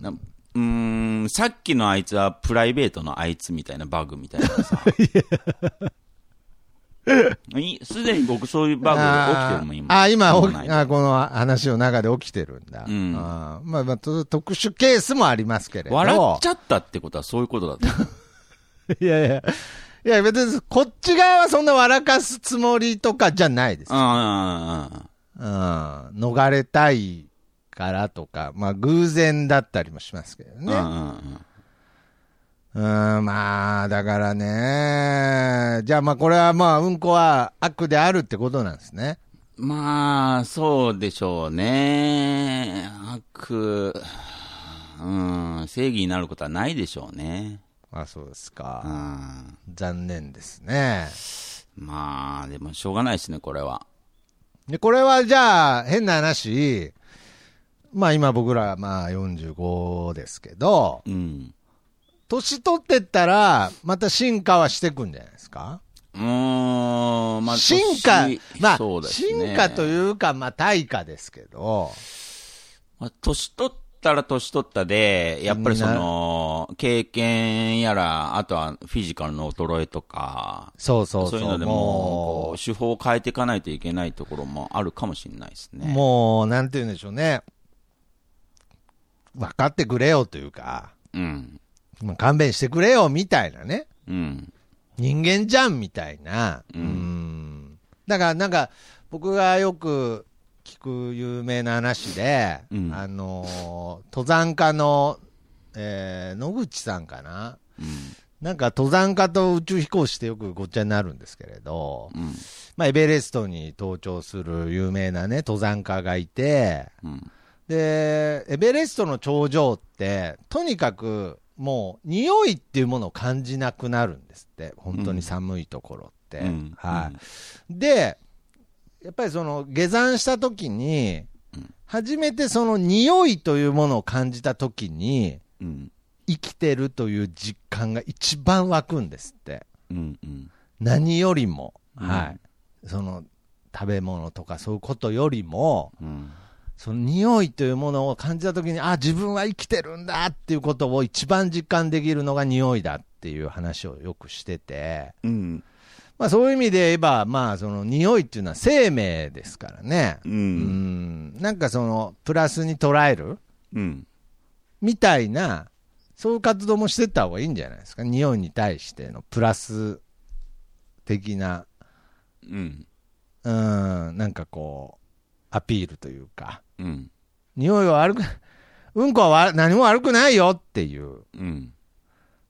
Speaker 2: なうーん、さっきのあいつはプライベートのあいつみたいなバグみたい なさ。 いすでに僕そういうバグ起きてるもん、
Speaker 1: あー
Speaker 2: 今。
Speaker 1: あー、今、
Speaker 2: も
Speaker 1: お
Speaker 2: うない
Speaker 1: あーこの話の中で起きてるんだ。
Speaker 2: うん
Speaker 1: あーまあまあ、と特殊ケースもありますけれど。
Speaker 2: 笑っちゃったってことはそういうこと だっ
Speaker 1: い
Speaker 2: た。
Speaker 1: やいや。いや、別に、こっち側はそんな笑かすつもりとかじゃないです。
Speaker 2: ああ、
Speaker 1: うん。逃れたいからとか、まあ、偶然だったりもしますけど
Speaker 2: うん
Speaker 1: ね。
Speaker 2: う
Speaker 1: うん
Speaker 2: うん
Speaker 1: ん、
Speaker 2: うん
Speaker 1: まあ、だからね。じゃあ、まあ、これはまあ、うんこは悪であるってことなんですね。
Speaker 2: まあ、そうでしょうね。悪、うん、正義になることはないでしょうね。
Speaker 1: あ、そうです
Speaker 2: う
Speaker 1: か。
Speaker 2: ん、
Speaker 1: 残念ですね。
Speaker 2: まあ、でもしょうがないですね、これは。
Speaker 1: で、これはじゃあ、変な話。まあ、今僕ら、まあ、45ですけど、
Speaker 2: うん。
Speaker 1: 年取ってったら、また進化はしていくんじゃないですか、
Speaker 2: うーん、まあ、
Speaker 1: 進化
Speaker 2: 年、
Speaker 1: まあ、
Speaker 2: そうですね、
Speaker 1: 進化と
Speaker 2: う。
Speaker 1: いうか、まあ、対価ですけど、
Speaker 2: まあ、年取ったら年取ったで、やっぱりその、経験やら、あとはフィジカルの衰えとか、
Speaker 1: そうそう
Speaker 2: そ
Speaker 1: そ
Speaker 2: う
Speaker 1: う、
Speaker 2: いうのでもう、こ
Speaker 1: も
Speaker 2: う手法を変えていかないといけないところもあるかもしれないです
Speaker 1: う、
Speaker 2: ね。
Speaker 1: もう、なんて言うんでしょうね。分かってくれよというか、
Speaker 2: う。うん。
Speaker 1: まあ勘弁してくれよみたいなね。
Speaker 2: うん。
Speaker 1: 人間じゃんみたいな。
Speaker 2: うん
Speaker 1: んだからなんか、僕がよく聞く有名な話で、
Speaker 2: うん
Speaker 1: あのー登山家の、えー野口さんかな。
Speaker 2: うん。
Speaker 1: なんか登山家と宇宙飛行士ってよくごっちゃになるんですけれど、
Speaker 2: うん。
Speaker 1: まあ、エベレストに登頂する有名なね、登山家がいて、
Speaker 2: うん。
Speaker 1: で、エベレストの頂上って、とにかくもう匂いっていうものを感じなくなるんですって、本当に寒いところって。
Speaker 2: うん
Speaker 1: はいで、やっぱりその下山した時に
Speaker 2: うん、
Speaker 1: 初めてその匂いというものを感じた時に、
Speaker 2: うん。
Speaker 1: 生きてるという実感が一番湧くんですって。
Speaker 2: うん。うん。
Speaker 1: 何よりも。
Speaker 2: うん
Speaker 1: はい。その食べ物とかそういうことよりも、
Speaker 2: うん。
Speaker 1: その匂いというものを感じたときに、あ、自分は生きてるんだっていうことを一番実感できるのが匂いだっていう話をよくしてて、
Speaker 2: うん。
Speaker 1: まあそういう意味で言えば、まあその匂いっていうのは生命ですからね。
Speaker 2: う。
Speaker 1: うんん。なんかその、プラスに捉える
Speaker 2: うん。
Speaker 1: みたいな、そういう活動もしてった方がいいんじゃないですか。匂いに対してのプラス的な、
Speaker 2: うん。
Speaker 1: うん、なんかこう、アピールというか。
Speaker 2: うん。
Speaker 1: 匂いは悪く、うんこはわ何も悪くないよっていう、
Speaker 2: うん。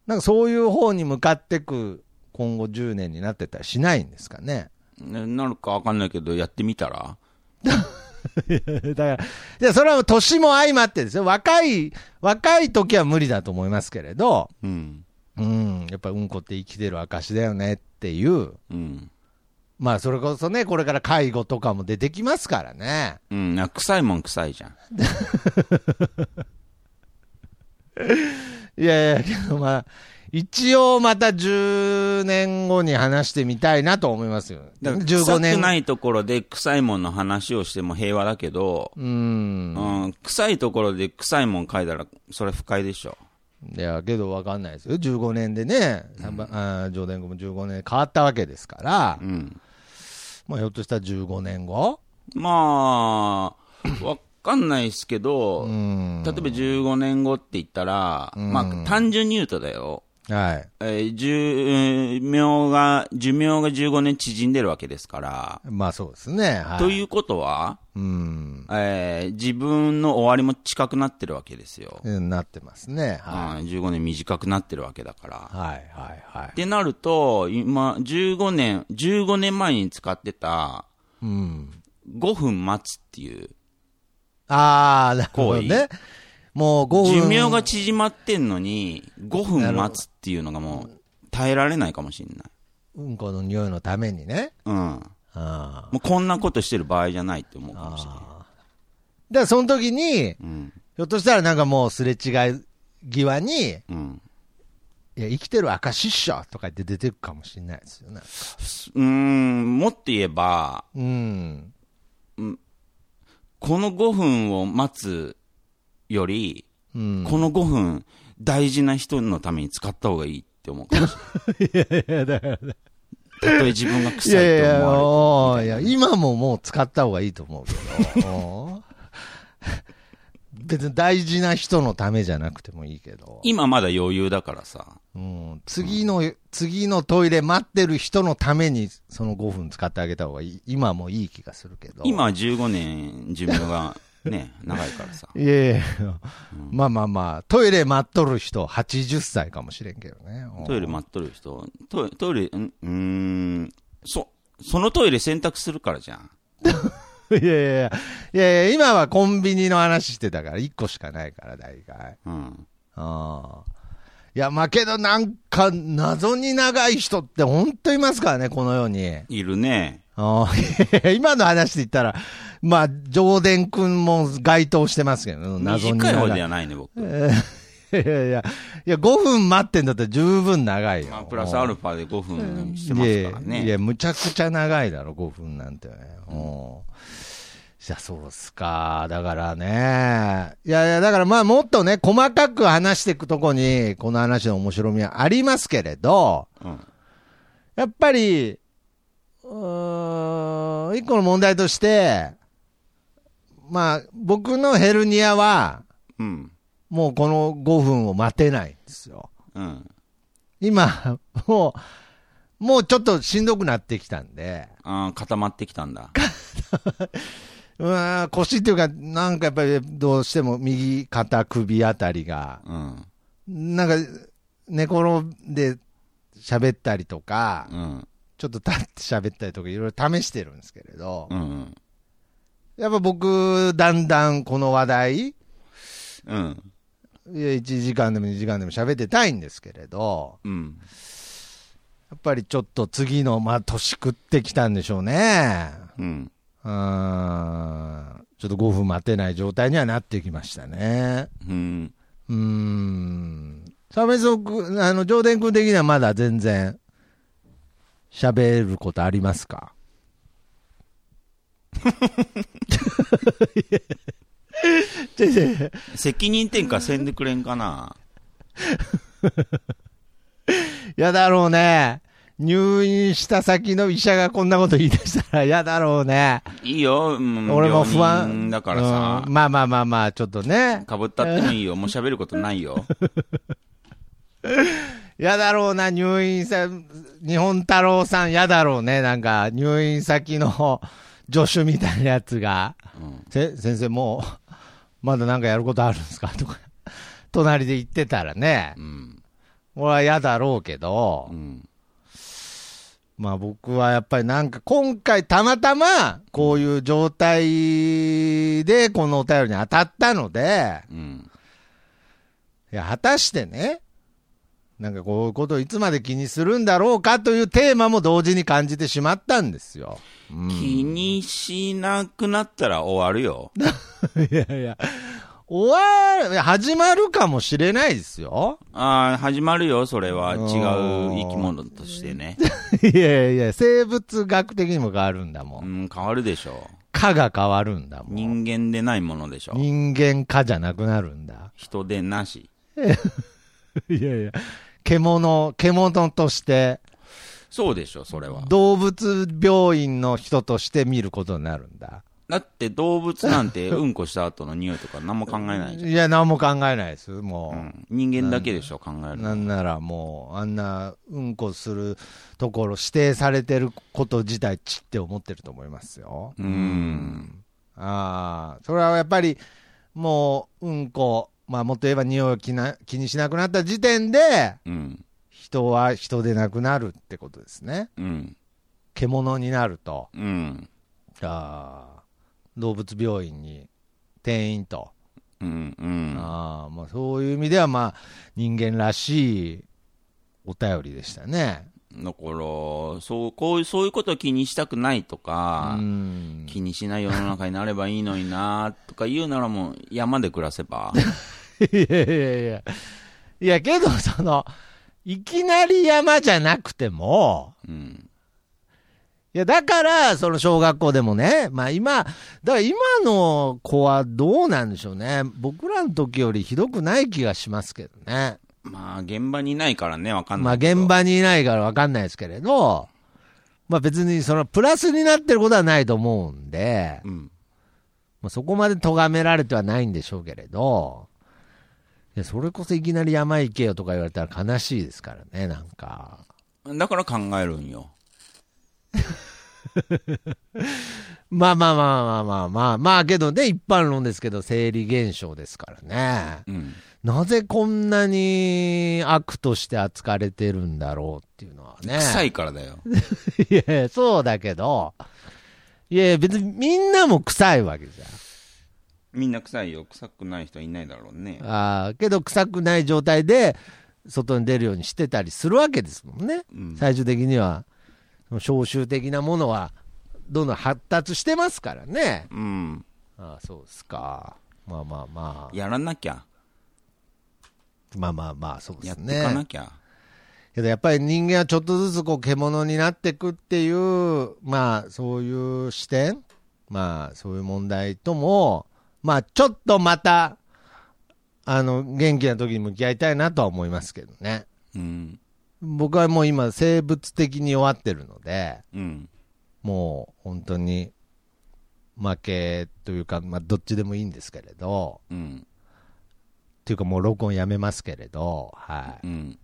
Speaker 1: なんかそういう方に向かってく、今後10年になってたりしないんですかね。
Speaker 2: ねなるかわかんないけど、やってみたら
Speaker 1: だから、いや、それは年も相まってですよ。若い、若い時は無理だと思いますけれど、
Speaker 2: うん。
Speaker 1: うん、やっぱうんこって生きてる証だよねっていう、
Speaker 2: うん。
Speaker 1: まあそれこそね、これから介護とかも出てきますからね。
Speaker 2: うん。な臭いもん臭いじゃん。
Speaker 1: いやいや、けどまあ、一応また10年後に話してみたいなと思いますよ。
Speaker 2: だから
Speaker 1: 15
Speaker 2: 臭
Speaker 1: 年
Speaker 2: くないところで臭いもんの話をしても平和だけど、
Speaker 1: うん。
Speaker 2: うん、臭いところで臭いもん書いたら、それ不快でしょ。
Speaker 1: いや、けど分かんないですよ。15年でね、三番あー上田君も15年変わったわけですから、
Speaker 2: うん。
Speaker 1: まあ、ひょっとしたら15年後
Speaker 2: まあ、わかんないですけど、
Speaker 1: うん。
Speaker 2: 例えば15年後って言ったら、
Speaker 1: うん
Speaker 2: まあ単純に言うとだよ、
Speaker 1: はい。
Speaker 2: えー寿命が、寿命が15年縮んでるわけですから、
Speaker 1: まあそうですね。はい。
Speaker 2: ということは、
Speaker 1: うん。
Speaker 2: えー自分の終わりも近くなってるわけですよ。
Speaker 1: うんなってますね。は
Speaker 2: うん15年短くなってるわけだから
Speaker 1: い。。はい、はい、は
Speaker 2: っ
Speaker 1: い。
Speaker 2: てなると、今、15年、15年前に使ってた、
Speaker 1: うん。
Speaker 2: 5分待つっていう、
Speaker 1: ああ、なるほどね。もう5分。
Speaker 2: 寿命が縮まってんのに、5分待つっていうのがもう、耐えられないかもしれない。
Speaker 1: うんこの匂いのためにね。
Speaker 2: うん。
Speaker 1: ああ。
Speaker 2: もうこんなことしてる場合じゃないって思うかもしれない。
Speaker 1: だからその時に、
Speaker 2: うん。
Speaker 1: ひょっとしたらなんかもうすれ違い際に、い
Speaker 2: うん。
Speaker 1: や、生きてる証っしょとか言って出てくかもしれないですよね。
Speaker 2: うーん、もっと言えば、
Speaker 1: うん。
Speaker 2: この5分を待つより、
Speaker 1: うん。
Speaker 2: この5分、大事な人のために使った方がいいって思うかもしれない。たとえ自分が
Speaker 1: い
Speaker 2: 臭いと思わ
Speaker 1: や
Speaker 2: れ
Speaker 1: い
Speaker 2: て
Speaker 1: や、
Speaker 2: も
Speaker 1: おーいや、今ももう使った方がいいと思うけど。お ー別に大事な人のためじゃなくてもいいけど。
Speaker 2: 今まだ余裕だからさ。
Speaker 1: うん、次の、次のトイレ待ってる人のために、その5分使ってあげた方がいい。今もいい気がするけど。
Speaker 2: 今は15年寿命がね、長いからさ。
Speaker 1: いやいや、まあまあまあ、トイレ待っとる人、80歳かもしれんけどね。
Speaker 2: トイレ待っとる人、トイトイレ、んうーん、そ、そのトイレ選択するからじゃん。
Speaker 1: いやいやいや、いやいや、今はコンビニの話してたから、1個しかないから、大概。
Speaker 2: うん。
Speaker 1: ああ。いや、まあけどなんか、謎に長い人って本当いますからね、この世に。
Speaker 2: いるね。
Speaker 1: ああ、いやいや 今の話で言ったら、まあ、上田くんも該当してますけど、謎に
Speaker 2: 短い方
Speaker 1: 長い。
Speaker 2: ではないね、僕。
Speaker 1: いやいやいや、いや、5分待ってんだったら十分長いよ。
Speaker 2: まあ、プラスアルファで5分してま
Speaker 1: い
Speaker 2: す
Speaker 1: や
Speaker 2: から
Speaker 1: いや、
Speaker 2: ね。
Speaker 1: むちゃくちゃ長いだろ、5分なんてね。うん。じゃあそうっすか。だからね。いやいや、だからまあもっとね、細かく話していくとこに、この話の面白みはありますけれど、
Speaker 2: うん。
Speaker 1: やっぱり、うーん、一個の問題として、まあ、僕のヘルニアは、
Speaker 2: うん。
Speaker 1: もうこの5分を待てないんですよ。
Speaker 2: うん。
Speaker 1: 今、もう、もうちょっとしんどくなってきたんで、
Speaker 2: あー固まってきたんだ。
Speaker 1: うーん、腰っていうか、なんかやっぱりどうしても右肩首あたりが、
Speaker 2: うん。
Speaker 1: なんか、寝転んで喋ったりとか、
Speaker 2: うん。
Speaker 1: ちょっと立って喋ったりとかいろいろ試してるんですけれど
Speaker 2: う、ん。
Speaker 1: やっぱ僕、だんだんこの話題、
Speaker 2: うん。
Speaker 1: 1時間でも2時間でも喋ってたいんですけれど、
Speaker 2: うん。
Speaker 1: やっぱりちょっと次の、まあ、年食ってきたんでしょうね。
Speaker 2: うん。
Speaker 1: うーんちょっと5分待てない状態にはなってきましたね。
Speaker 2: うん。
Speaker 1: うーん。サメソ君、あの、上田君的にはまだ全然、喋ることありますかいやいやいや
Speaker 2: 責任転嫁せんでくれんかな。
Speaker 1: やだろうね。入院した先の医者がこんなこと言い出したら嫌だろうね。
Speaker 2: いいよ、うん
Speaker 1: 俺も不
Speaker 2: 病人
Speaker 1: 安。
Speaker 2: だからさ
Speaker 1: う、んまあまあまあまあ、ちょっとね。
Speaker 2: かぶったってもいいよ、もう喋ることないよ。
Speaker 1: やだろうな、入院さ、日本太郎さん、やだろうね、なんか、入院先の助手みたいなやつが、
Speaker 2: うん
Speaker 1: せ先生、もう、 まだなんかやることあるんですかとか、 隣で言ってたらね
Speaker 2: う、ん。
Speaker 1: 俺はやだろうけど、
Speaker 2: うん。
Speaker 1: まあ僕はやっぱりなんか、今回、たまたま、こういう状態で、このお便りに当たったので、
Speaker 2: うん。
Speaker 1: いや、果たしてね、なんかこういうことをいつまで気にするんだろうかというテーマも同時に感じてしまったんですよ。 うん
Speaker 2: 気にしなくなったら終わるよ。
Speaker 1: いやいや、終わる、始まるかもしれないですよ。
Speaker 2: ああ、始まるよ、それは。違
Speaker 1: う
Speaker 2: うん生き物としてね。
Speaker 1: いやいや、生物学的にも変わるんだも。
Speaker 2: うんん、変わるでしょ
Speaker 1: 科が変わるんだ
Speaker 2: う。
Speaker 1: もん。
Speaker 2: 人間でないものでしょう。
Speaker 1: 人間科じゃなくなるん だ。
Speaker 2: 人でなし。
Speaker 1: いやいや、獣、獣として、
Speaker 2: そうでしょ、それは。
Speaker 1: 動物病院の人として見ることになるんだ。
Speaker 2: だって動物なん てうんこした後の匂いとか何も考えないじゃん。
Speaker 1: いや、何も考えないです。も
Speaker 2: う
Speaker 1: う。
Speaker 2: ん、人間だけでしょ、考えるの。
Speaker 1: なんならもう、あんなうんこするところ、指定されてること自体、ちって思ってると思いますよ。
Speaker 2: うん。
Speaker 1: ああ、それはやっぱり、もう、うんこ、まあ、もっと言えば匂いを気な気にしなくなった時点で、
Speaker 2: うん。
Speaker 1: 人は人でなくなるってことですね。
Speaker 2: うん。
Speaker 1: 獣になると。
Speaker 2: うん。
Speaker 1: ああ、動物病院に転院と。
Speaker 2: うん。うん。
Speaker 1: ああ、まあ、そういう意味では、まあ、人間らしいお便りでしたね。
Speaker 2: だから、そう、こういう、そういうことを気にしたくないとか、
Speaker 1: うん
Speaker 2: 気にしない世の中になればいいのになとか言うならもう山で暮らせ ば。
Speaker 1: いやいやいや。いや、けど、その、いきなり山じゃなくても、
Speaker 2: うん。
Speaker 1: いや、だから、その小学校でもね、まあ今、だから今の子はどうなんでしょうね。僕らの時よりひどくない気がしますけどね。
Speaker 2: まあ、現場にいないからね、わかん
Speaker 1: まあ
Speaker 2: ないけど。
Speaker 1: 現場にいないからわかんないですけれど、まあ別にそのプラスになってることはないと思うんで、
Speaker 2: うん。
Speaker 1: まあ、そこまで咎められてはないんでしょうけれど、いや、それこそいきなり山行けよとか言われたら悲しいですからね、なんか。
Speaker 2: だから考えるんよ。
Speaker 1: まあまあまあまあまあまあ、まあけどね、一般論ですけど、生理現象ですからね。
Speaker 2: うん。
Speaker 1: なぜこんなに悪として扱われてるんだろうっていうのはね。
Speaker 2: 臭いからだよ。
Speaker 1: いやいや、そうだけど、いやいや、別にみんなも臭いわけじゃん。
Speaker 2: みんな臭いよ。臭くない人はいないだろうね。
Speaker 1: あーけど臭くない状態で外に出るようにしてたりするわけですもんね、
Speaker 2: うん
Speaker 1: 最終的にはその消臭的なものはどんどん発達してますからね
Speaker 2: うん。
Speaker 1: あーそうですかまあまあまあ
Speaker 2: やらなきゃ。
Speaker 1: まあまあまあそうで
Speaker 2: やっ
Speaker 1: す
Speaker 2: てかな
Speaker 1: ね
Speaker 2: きゃ。
Speaker 1: けどやっぱり人間はちょっとずつこう獣になってくっていうまあそういう視点まあそういう問題ともまあちょっとまたあの元気な時に向き合いたいなとは思いますけどね
Speaker 2: うん。
Speaker 1: 僕はもう今生物的に弱ってるので
Speaker 2: うん。
Speaker 1: もう本当に負けというか、まあ、どっちでもいいんですけれど
Speaker 2: うん。
Speaker 1: というかもう録音やめますけれど、はい
Speaker 2: うん。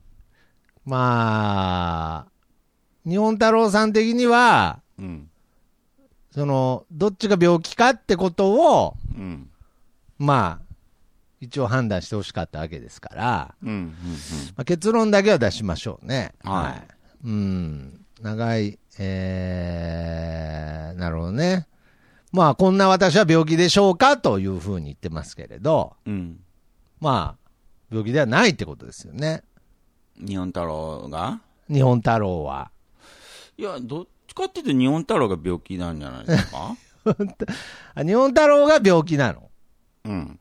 Speaker 1: まあ日本太郎さん的には
Speaker 2: うん。
Speaker 1: そのどっちが病気かってことを
Speaker 2: うん。
Speaker 1: まあ一応判断してほしかったわけですから、
Speaker 2: うん。うん。
Speaker 1: まあ、結論だけは出しましょうね。
Speaker 2: はい
Speaker 1: うん。長い、えー、なるほどね。まあ、こんな私は病気でしょうかというふうに言ってますけれど、
Speaker 2: うん。
Speaker 1: まあ、病気ではないってことですよね。
Speaker 2: 日本太郎が
Speaker 1: 日本太郎は。
Speaker 2: いや、どっちかっていうと日本太郎が病気なんじゃないで すか
Speaker 1: あ日本太郎が病気なの
Speaker 2: うん。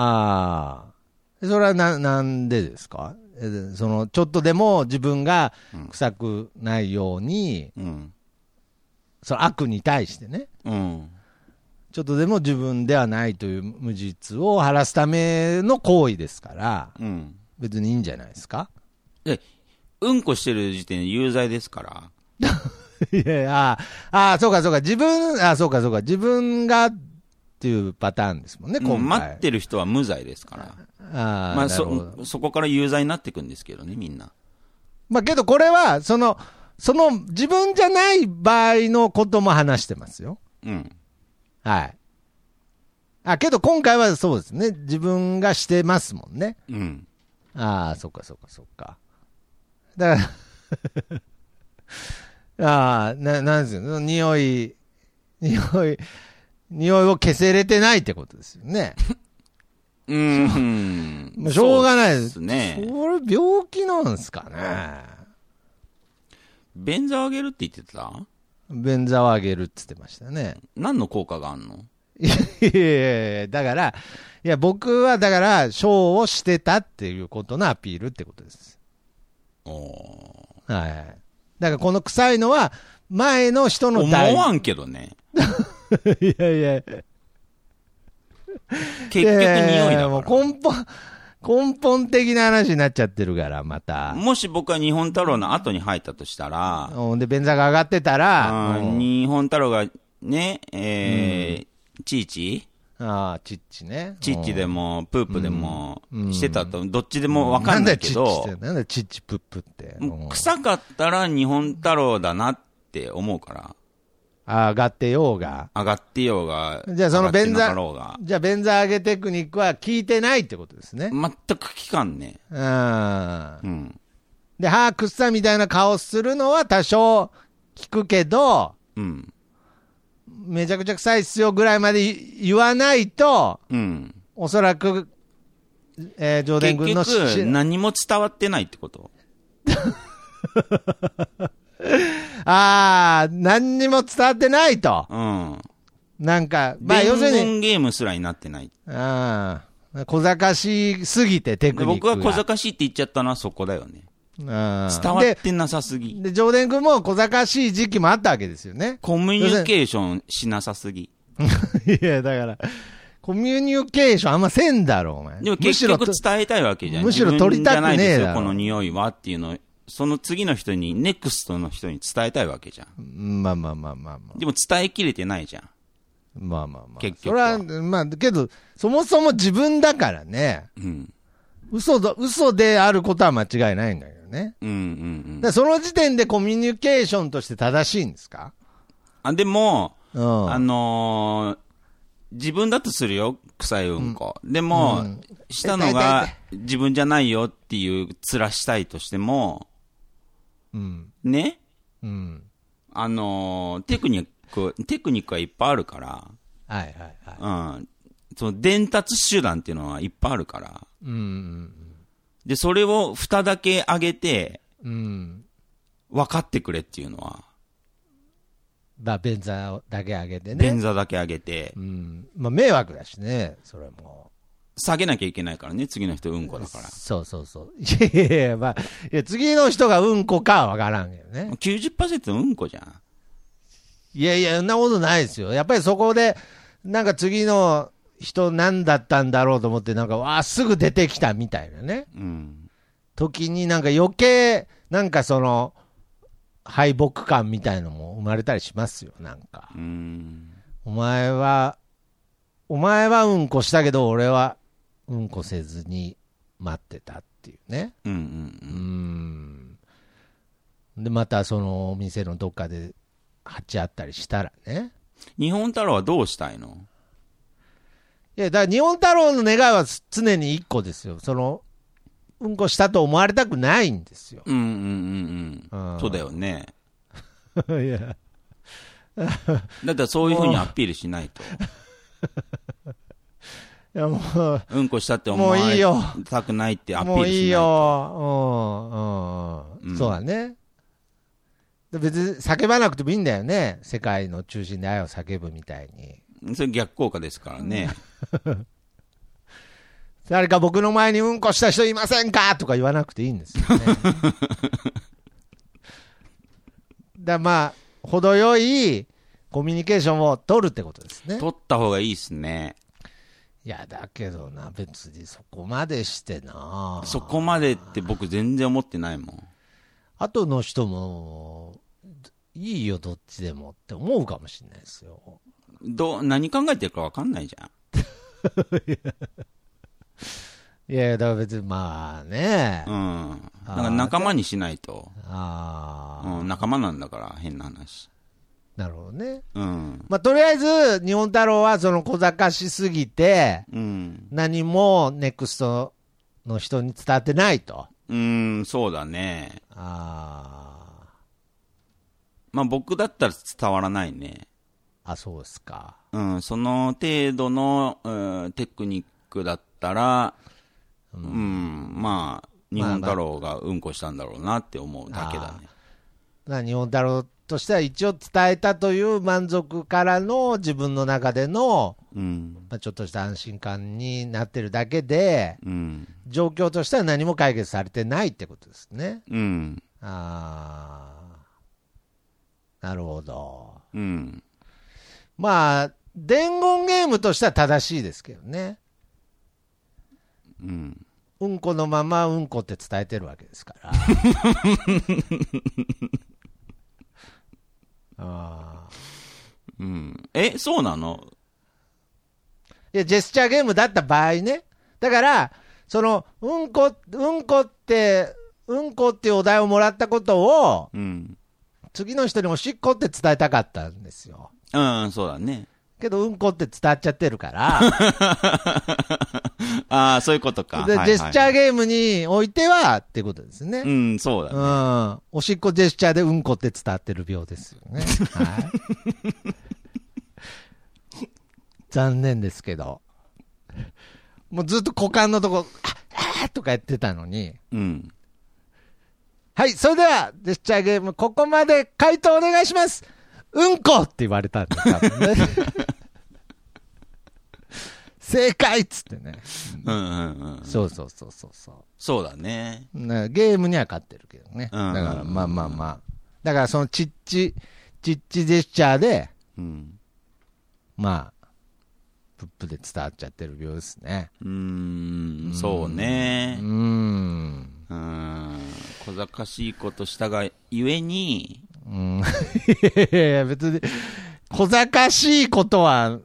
Speaker 1: ああ。それはな、なんでですかえその、ちょっとでも自分が臭くないように、
Speaker 2: うん。
Speaker 1: その悪に対してね。
Speaker 2: うん。
Speaker 1: ちょっとでも自分ではないという無実を晴らすための行為ですから、
Speaker 2: うん。
Speaker 1: 別にいいんじゃないですか
Speaker 2: で、うんこしてる時点で有罪ですから。
Speaker 1: いやいや、ああああ、そうかそうか、自分、ああ、そうかそうか、自分がっていうパターンですもんね、今
Speaker 2: もう
Speaker 1: 回。
Speaker 2: 待ってる人は無罪ですから。
Speaker 1: ああ、
Speaker 2: まあ、
Speaker 1: なるほど。
Speaker 2: そ、そこから有罪になっていくんですけどね、みんな。
Speaker 1: まあけどこれは、その、その自分じゃない場合のことも話してますよ。
Speaker 2: うん。
Speaker 1: はい。あ、けど今回はそうですね、自分がしてますもんね。
Speaker 2: うん。
Speaker 1: ああ、そっかそっかそっか。だから、 ああ、な、なんですよ。その匂い、匂い、匂いを消せれてないってことですよ ね。
Speaker 2: うん。
Speaker 1: もうしょうがないです。
Speaker 2: そうですね。
Speaker 1: それ病気なんですかね。
Speaker 2: 便座を上げるって言ってた
Speaker 1: 便座を上げるって言ってましたね。
Speaker 2: 何の効果があんの
Speaker 1: いやいやいやだから、いや、僕はだから、ショーをしてたっていうことのアピールってことです。
Speaker 2: お
Speaker 1: はいはい。だからこの臭いのは、前の人
Speaker 2: ー
Speaker 1: の
Speaker 2: 思
Speaker 1: 代
Speaker 2: わんけどね。
Speaker 1: いやいや。
Speaker 2: 結局匂い
Speaker 1: やや
Speaker 2: だ
Speaker 1: やも
Speaker 2: か
Speaker 1: う
Speaker 2: ら。
Speaker 1: 根本、根本的な話になっちゃってるから、また。
Speaker 2: もし僕は日本太郎の後に入ったとしたら、
Speaker 1: うんで、便座が上がってたら、
Speaker 2: あー
Speaker 1: うん
Speaker 2: 日本太郎がね、えーちいち
Speaker 1: ああ、チッチね。
Speaker 2: チッチで
Speaker 1: も。
Speaker 2: も、プープでも
Speaker 1: うん、
Speaker 2: してたと、どっちでもわかんないけ
Speaker 1: なんだよチッチっ
Speaker 2: ど
Speaker 1: て、なんだよチッチプップって。うん
Speaker 2: 臭かったら日本太郎だなって思うから、
Speaker 1: ああ、上がってようが。
Speaker 2: 上がってようが、
Speaker 1: じゃあその便
Speaker 2: 上がって
Speaker 1: 座
Speaker 2: なかろうが、
Speaker 1: じゃあ便座上げテクニックは聞いてないってことですね。
Speaker 2: 全く聞かんね。
Speaker 1: うん。で、
Speaker 2: うん。
Speaker 1: 歯くっさみたいな顔するのは多少聞くけど、
Speaker 2: うん。
Speaker 1: めちゃくちゃ臭いっすよぐらいまで言わないと、
Speaker 2: うん。
Speaker 1: おそらく、えー、上田
Speaker 2: 結
Speaker 1: 軍の
Speaker 2: 局、
Speaker 1: し
Speaker 2: 何も伝わってないってこと。
Speaker 1: ああ、何にも伝わってないと。
Speaker 2: うん。
Speaker 1: なんか、ま
Speaker 2: ま
Speaker 1: あ
Speaker 2: あ、
Speaker 1: 要
Speaker 2: 要
Speaker 1: す
Speaker 2: す
Speaker 1: る
Speaker 2: る
Speaker 1: に、
Speaker 2: に。ゲームすらになってない。
Speaker 1: うん。小賢しすぎてテク
Speaker 2: で
Speaker 1: ニック
Speaker 2: 僕は
Speaker 1: が。
Speaker 2: 小賢しいって言っちゃったのはそこだよね。
Speaker 1: うん
Speaker 2: 伝わっ
Speaker 1: で
Speaker 2: てなさすぎ。
Speaker 1: で、上田君も小賢しい時期もあったわけですよね。
Speaker 2: コミュニケーションしなさすぎ。
Speaker 1: いや、だから、コミュニケーションあんませんだろ、お前。
Speaker 2: でも
Speaker 1: むし
Speaker 2: 結
Speaker 1: ろ
Speaker 2: 局伝えたいわけじゃん。
Speaker 1: むしろ
Speaker 2: 自分
Speaker 1: 取りたくねえだろ
Speaker 2: じゃないですよこの匂いはっていうのをその次の人に、ネクストの人に伝えたいわけじゃん。
Speaker 1: うんまあまあまあまあまあ。
Speaker 2: でも伝えきれてないじゃん。
Speaker 1: まあまあまあ。
Speaker 2: 結
Speaker 1: そ
Speaker 2: 局
Speaker 1: れ
Speaker 2: は
Speaker 1: は、まあ、けど、そもそも自分だからね、
Speaker 2: うん。
Speaker 1: 嘘だ、嘘であることは間違いないんだけどね。
Speaker 2: うんうんう
Speaker 1: だ
Speaker 2: ん
Speaker 1: から。その時点でコミュニケーションとして正しいんですか
Speaker 2: あ、でも、
Speaker 1: うん。
Speaker 2: あのー自分だとするよ、臭いうんこ。でも、
Speaker 1: うん
Speaker 2: したの
Speaker 1: 痛い
Speaker 2: が自分じゃないよっていう面したいとしても、
Speaker 1: うん。
Speaker 2: ね、
Speaker 1: うん。
Speaker 2: あのーテクニック、テクニックはいっぱいあるから、
Speaker 1: はいはいはい。
Speaker 2: うん。その伝達手段っていうのはいっぱいあるから。
Speaker 1: うん。
Speaker 2: で、それを蓋だけ上げて、
Speaker 1: うん。
Speaker 2: 分かってくれっていうのは、
Speaker 1: まあ、便座だけ上げて
Speaker 2: 便
Speaker 1: ね。
Speaker 2: 座だけ上げて
Speaker 1: う、ん。まあ、迷惑だしね、それも。
Speaker 2: 下げなきゃいけないからね、次の人うんこだから。
Speaker 1: そうそうそう。 いやいやいや、まあ、いや、次の人がうんこかはわからんけどね。
Speaker 2: 90%うんこじゃん。
Speaker 1: いやいや、そんなことないですよ。やっぱりそこで、なんか次の人何だったんだろうと思って、なんか、わあ、すぐ出てきたみたいなね。
Speaker 2: うん。
Speaker 1: 時になんか余計、なんかその、敗北感みたいのも生まれたりしますよ、なんか。
Speaker 2: うん。
Speaker 1: お前は、お前はうんこしたけど、俺はうんこせずに待ってたっていうね。
Speaker 2: うんうん
Speaker 1: うーん。で、またそのお店のどっかで鉢合ったりしたらね。
Speaker 2: うん。日本太郎はどうしたいの
Speaker 1: いや、だから日本太郎の願いは常に一個ですよ。その、うんこしたと思われたくないんですよ。
Speaker 2: うんうんうんう
Speaker 1: あー
Speaker 2: ん。そうだよね。
Speaker 1: いや。
Speaker 2: だってそういうふうにアピールしないと。
Speaker 1: いや、もう、
Speaker 2: うんこしたって思わ
Speaker 1: もういい
Speaker 2: れ
Speaker 1: よ
Speaker 2: たくないってアピー
Speaker 1: も
Speaker 2: ルし
Speaker 1: う
Speaker 2: ないと。
Speaker 1: いいよ。うん、うん、
Speaker 2: うん
Speaker 1: そうだね。で別に叫ばなくてもいいんだよね。世界の中心で愛を叫ぶみたいに。
Speaker 2: それ逆効果ですからね。
Speaker 1: 誰か僕の前にうんこした人いませんかとか言わなくていいんですよね。 だからまあ、程よいコミュニケーションを取るってことですね。
Speaker 2: 取った方がいいですね。
Speaker 1: いや、だけどな、別にそこまでしてな。
Speaker 2: そこまでって僕全然思ってないもん。
Speaker 1: 後の人も、いいよ、どっちでもって思うかもしれないですよ。
Speaker 2: どう、何考えてるか分かんないじゃん。
Speaker 1: いやいや、だから別に、まあね。
Speaker 2: うん。だから仲間にしないと。
Speaker 1: ああ、
Speaker 2: うん、仲間なんだから、変な話。
Speaker 1: なるほどね。
Speaker 2: うん。
Speaker 1: まあ、とりあえず、日本太郎はその小賢しすぎて、
Speaker 2: うん。
Speaker 1: 何もネクストの人に伝わってないと。
Speaker 2: うん、そうだね。
Speaker 1: あ
Speaker 2: まあ僕だったら伝わらないね。
Speaker 1: あ、あ、そうですか。
Speaker 2: うん、その程度の、うんテクニックだったら、うん、まあ、日本太郎がうんこしたんだろうなって思うだけだね。
Speaker 1: な日本太郎としては一応伝えたという満足からの自分の中での、
Speaker 2: うん。
Speaker 1: まあ、ちょっとした安心感になってるだけで、
Speaker 2: うん。
Speaker 1: 状況としては何も解決されてないってことですね。
Speaker 2: うん。
Speaker 1: ああ、なるほど。
Speaker 2: うん。
Speaker 1: まあ、伝言ゲームとしては正しいですけどね。
Speaker 2: うん。
Speaker 1: うんこのままうんこって伝えてるわけですから。 あ
Speaker 2: うん。え、そうなの
Speaker 1: いや、ジェスチャーゲームだった場合ね。だから、その、うんこ、うんこって、うんこっていうお題をもらったことを、
Speaker 2: うん。
Speaker 1: 次の人におしっこって伝えたかったんですよ。
Speaker 2: うん、そうだね。
Speaker 1: けど、うんこって伝わっちゃって るから、
Speaker 2: ああ、そういうことか。
Speaker 1: でジェスチャー
Speaker 2: ゲ
Speaker 1: ゲームにおいては、ってことですね。
Speaker 2: うん、そうだね。
Speaker 1: うん。おしっこジェスチャーでうんこって伝わってる病ですよね。はい。残念ですけど。もうずっと股間のとこ、ああーとかやってたのに。
Speaker 2: うん。
Speaker 1: はい、それでは、ジェスチャーゲーム、ここまで回答お願いしますうんこって言われたんだ、多 分ね。正解っつってね。
Speaker 2: うんうんうん。
Speaker 1: そうそうそうそうそう。
Speaker 2: そうだね。
Speaker 1: ね、ゲームには勝ってるけどね。
Speaker 2: うん
Speaker 1: だから、まあまあまあ。だから、そのちっち、ちっちジェスチャーで、
Speaker 2: うん。
Speaker 1: まあ、プップで伝わっちゃってる病ですね。
Speaker 2: うーん、そう
Speaker 1: う
Speaker 2: ね
Speaker 1: ー。ん。
Speaker 2: うーん。小賢しいことしたがゆえに、
Speaker 1: うん。い やいや、別に、小賢しいことは、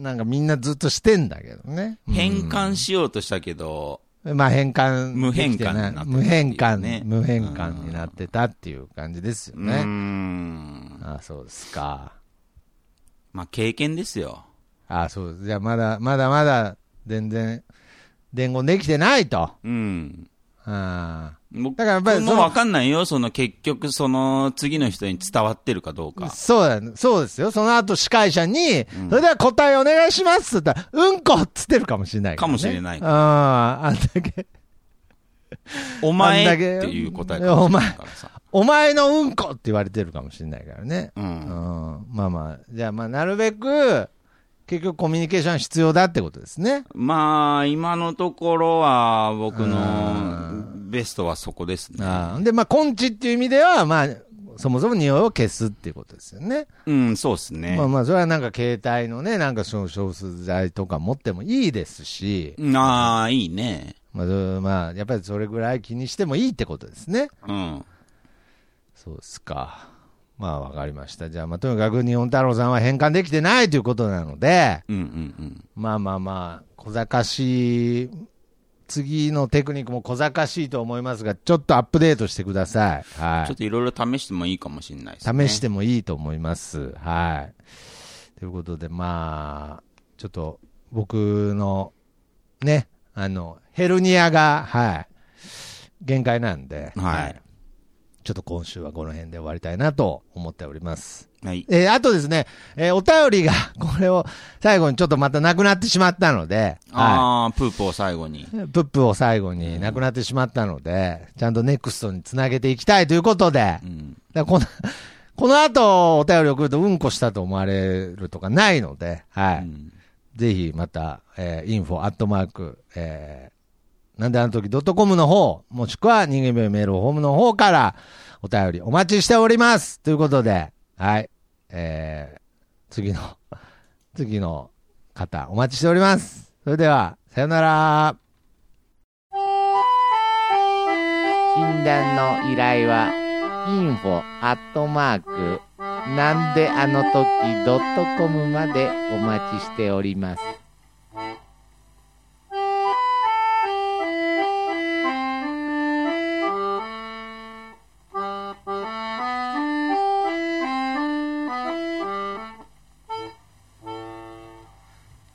Speaker 1: なんかみんなずっとしてんだけどね。
Speaker 2: 変換しようとしたけど、
Speaker 1: まあ変換。
Speaker 2: 無変換になってたってい
Speaker 1: 無変
Speaker 2: うね
Speaker 1: 換、無変換になってたっていう感じですよ
Speaker 2: うー
Speaker 1: ね。
Speaker 2: ん。
Speaker 1: ああ、そうですか。
Speaker 2: まあ、経験ですよ。
Speaker 1: ああ、そうです。じゃあまだ、まだまだ、全然、伝言できてないと。
Speaker 2: うん。
Speaker 1: あ
Speaker 2: 僕
Speaker 1: だからやっぱりその
Speaker 2: もうわかんないよ。その結局、その次の人に伝わってるかどう
Speaker 1: あ
Speaker 2: か。
Speaker 1: そうだね。そうですよ。その後司会者に、それでは答えお願いしますって言ったら、うんこっつってるかもしれないらね、
Speaker 2: かもしれない
Speaker 1: ああ、あんだけ、
Speaker 2: お前っていう答えかもしれないからさ。
Speaker 1: お前のうんこって言われてるかもしれないからね。
Speaker 2: う。
Speaker 1: うんん。まあまあ、じゃあまあ、なるべく、結局コミュニケーション必要だってことですね。
Speaker 2: まあ、今のところは、僕
Speaker 1: あ
Speaker 2: のベストはそこですね。
Speaker 1: ああで、まあ、根治っていう意味では、まあ、そもそも匂いを消すっていうことですよね。
Speaker 2: うん、そうですね。
Speaker 1: まあまあ、それはなんか携帯のね、なんかその消臭剤とか持ってもいいですし、
Speaker 2: ああ、いいね。
Speaker 1: まあ、どうまあ、やっぱりそれぐらい気にしてもいいってことですね。
Speaker 2: うん。
Speaker 1: そうですか。まあ、わかりました。じゃあ、まあ、とにかく日本太郎さんは変換できてないということなので、
Speaker 2: うんうん
Speaker 1: まあまあまあ、小賢しい、次のテクニックも小賢しいと思いますが、ちょっとアップデートしてください。
Speaker 2: う
Speaker 1: は
Speaker 2: ん。
Speaker 1: い
Speaker 2: ちょっ。といろいろ試してもいいかもしれないですね。
Speaker 1: 試してもいいと思います。はい。ということで、まあ、ちょっと僕のね、あの、ヘルニアが、はい、限界なんで、
Speaker 2: はい
Speaker 1: ちょっと今週はこの辺で終わりたいなと思っております。
Speaker 2: はい。
Speaker 1: えーあとですね、えーお便りが、 これを最後にちょっとまたなくなってしまったので、は
Speaker 2: ああ、プープを最後に。
Speaker 1: い。プップを最後になくなってしまったので、ちゃんとネクストにつなげていきたいということで
Speaker 2: う、ん。
Speaker 1: だからこの、 この後お便り送るとうんこしたと思われるとかないので、はい。
Speaker 2: うん
Speaker 1: ぜひまた、えー、info アットマーク、えー、なんであの時 .com の方、もしくは人間病メールホームの方からお便りお待ちしております。ということで、はい。えー、次の、 次の方お待ちしております。それでは、さよなら。
Speaker 3: 診断の依頼は info アットマークなんであの時ドットコムまでお待ちしております。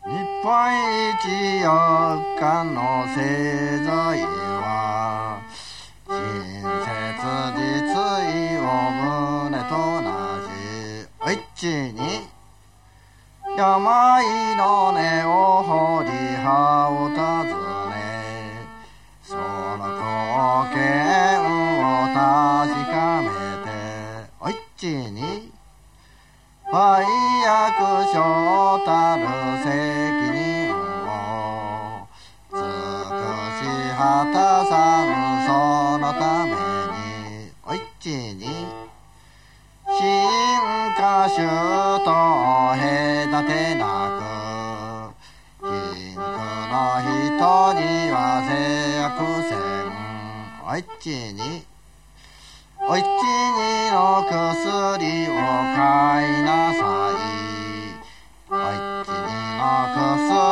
Speaker 4: 日本一四日の製材は親切実意を胸と同じ一に病の根を掘り葉を尋ねその貢献を確かめて一に売約所たる責任を尽くし果たさぬそのためにおいちに進化種と隔てなく貧苦の人には制約せんおいちにおいちにの薬を買いなさい。おいちにの薬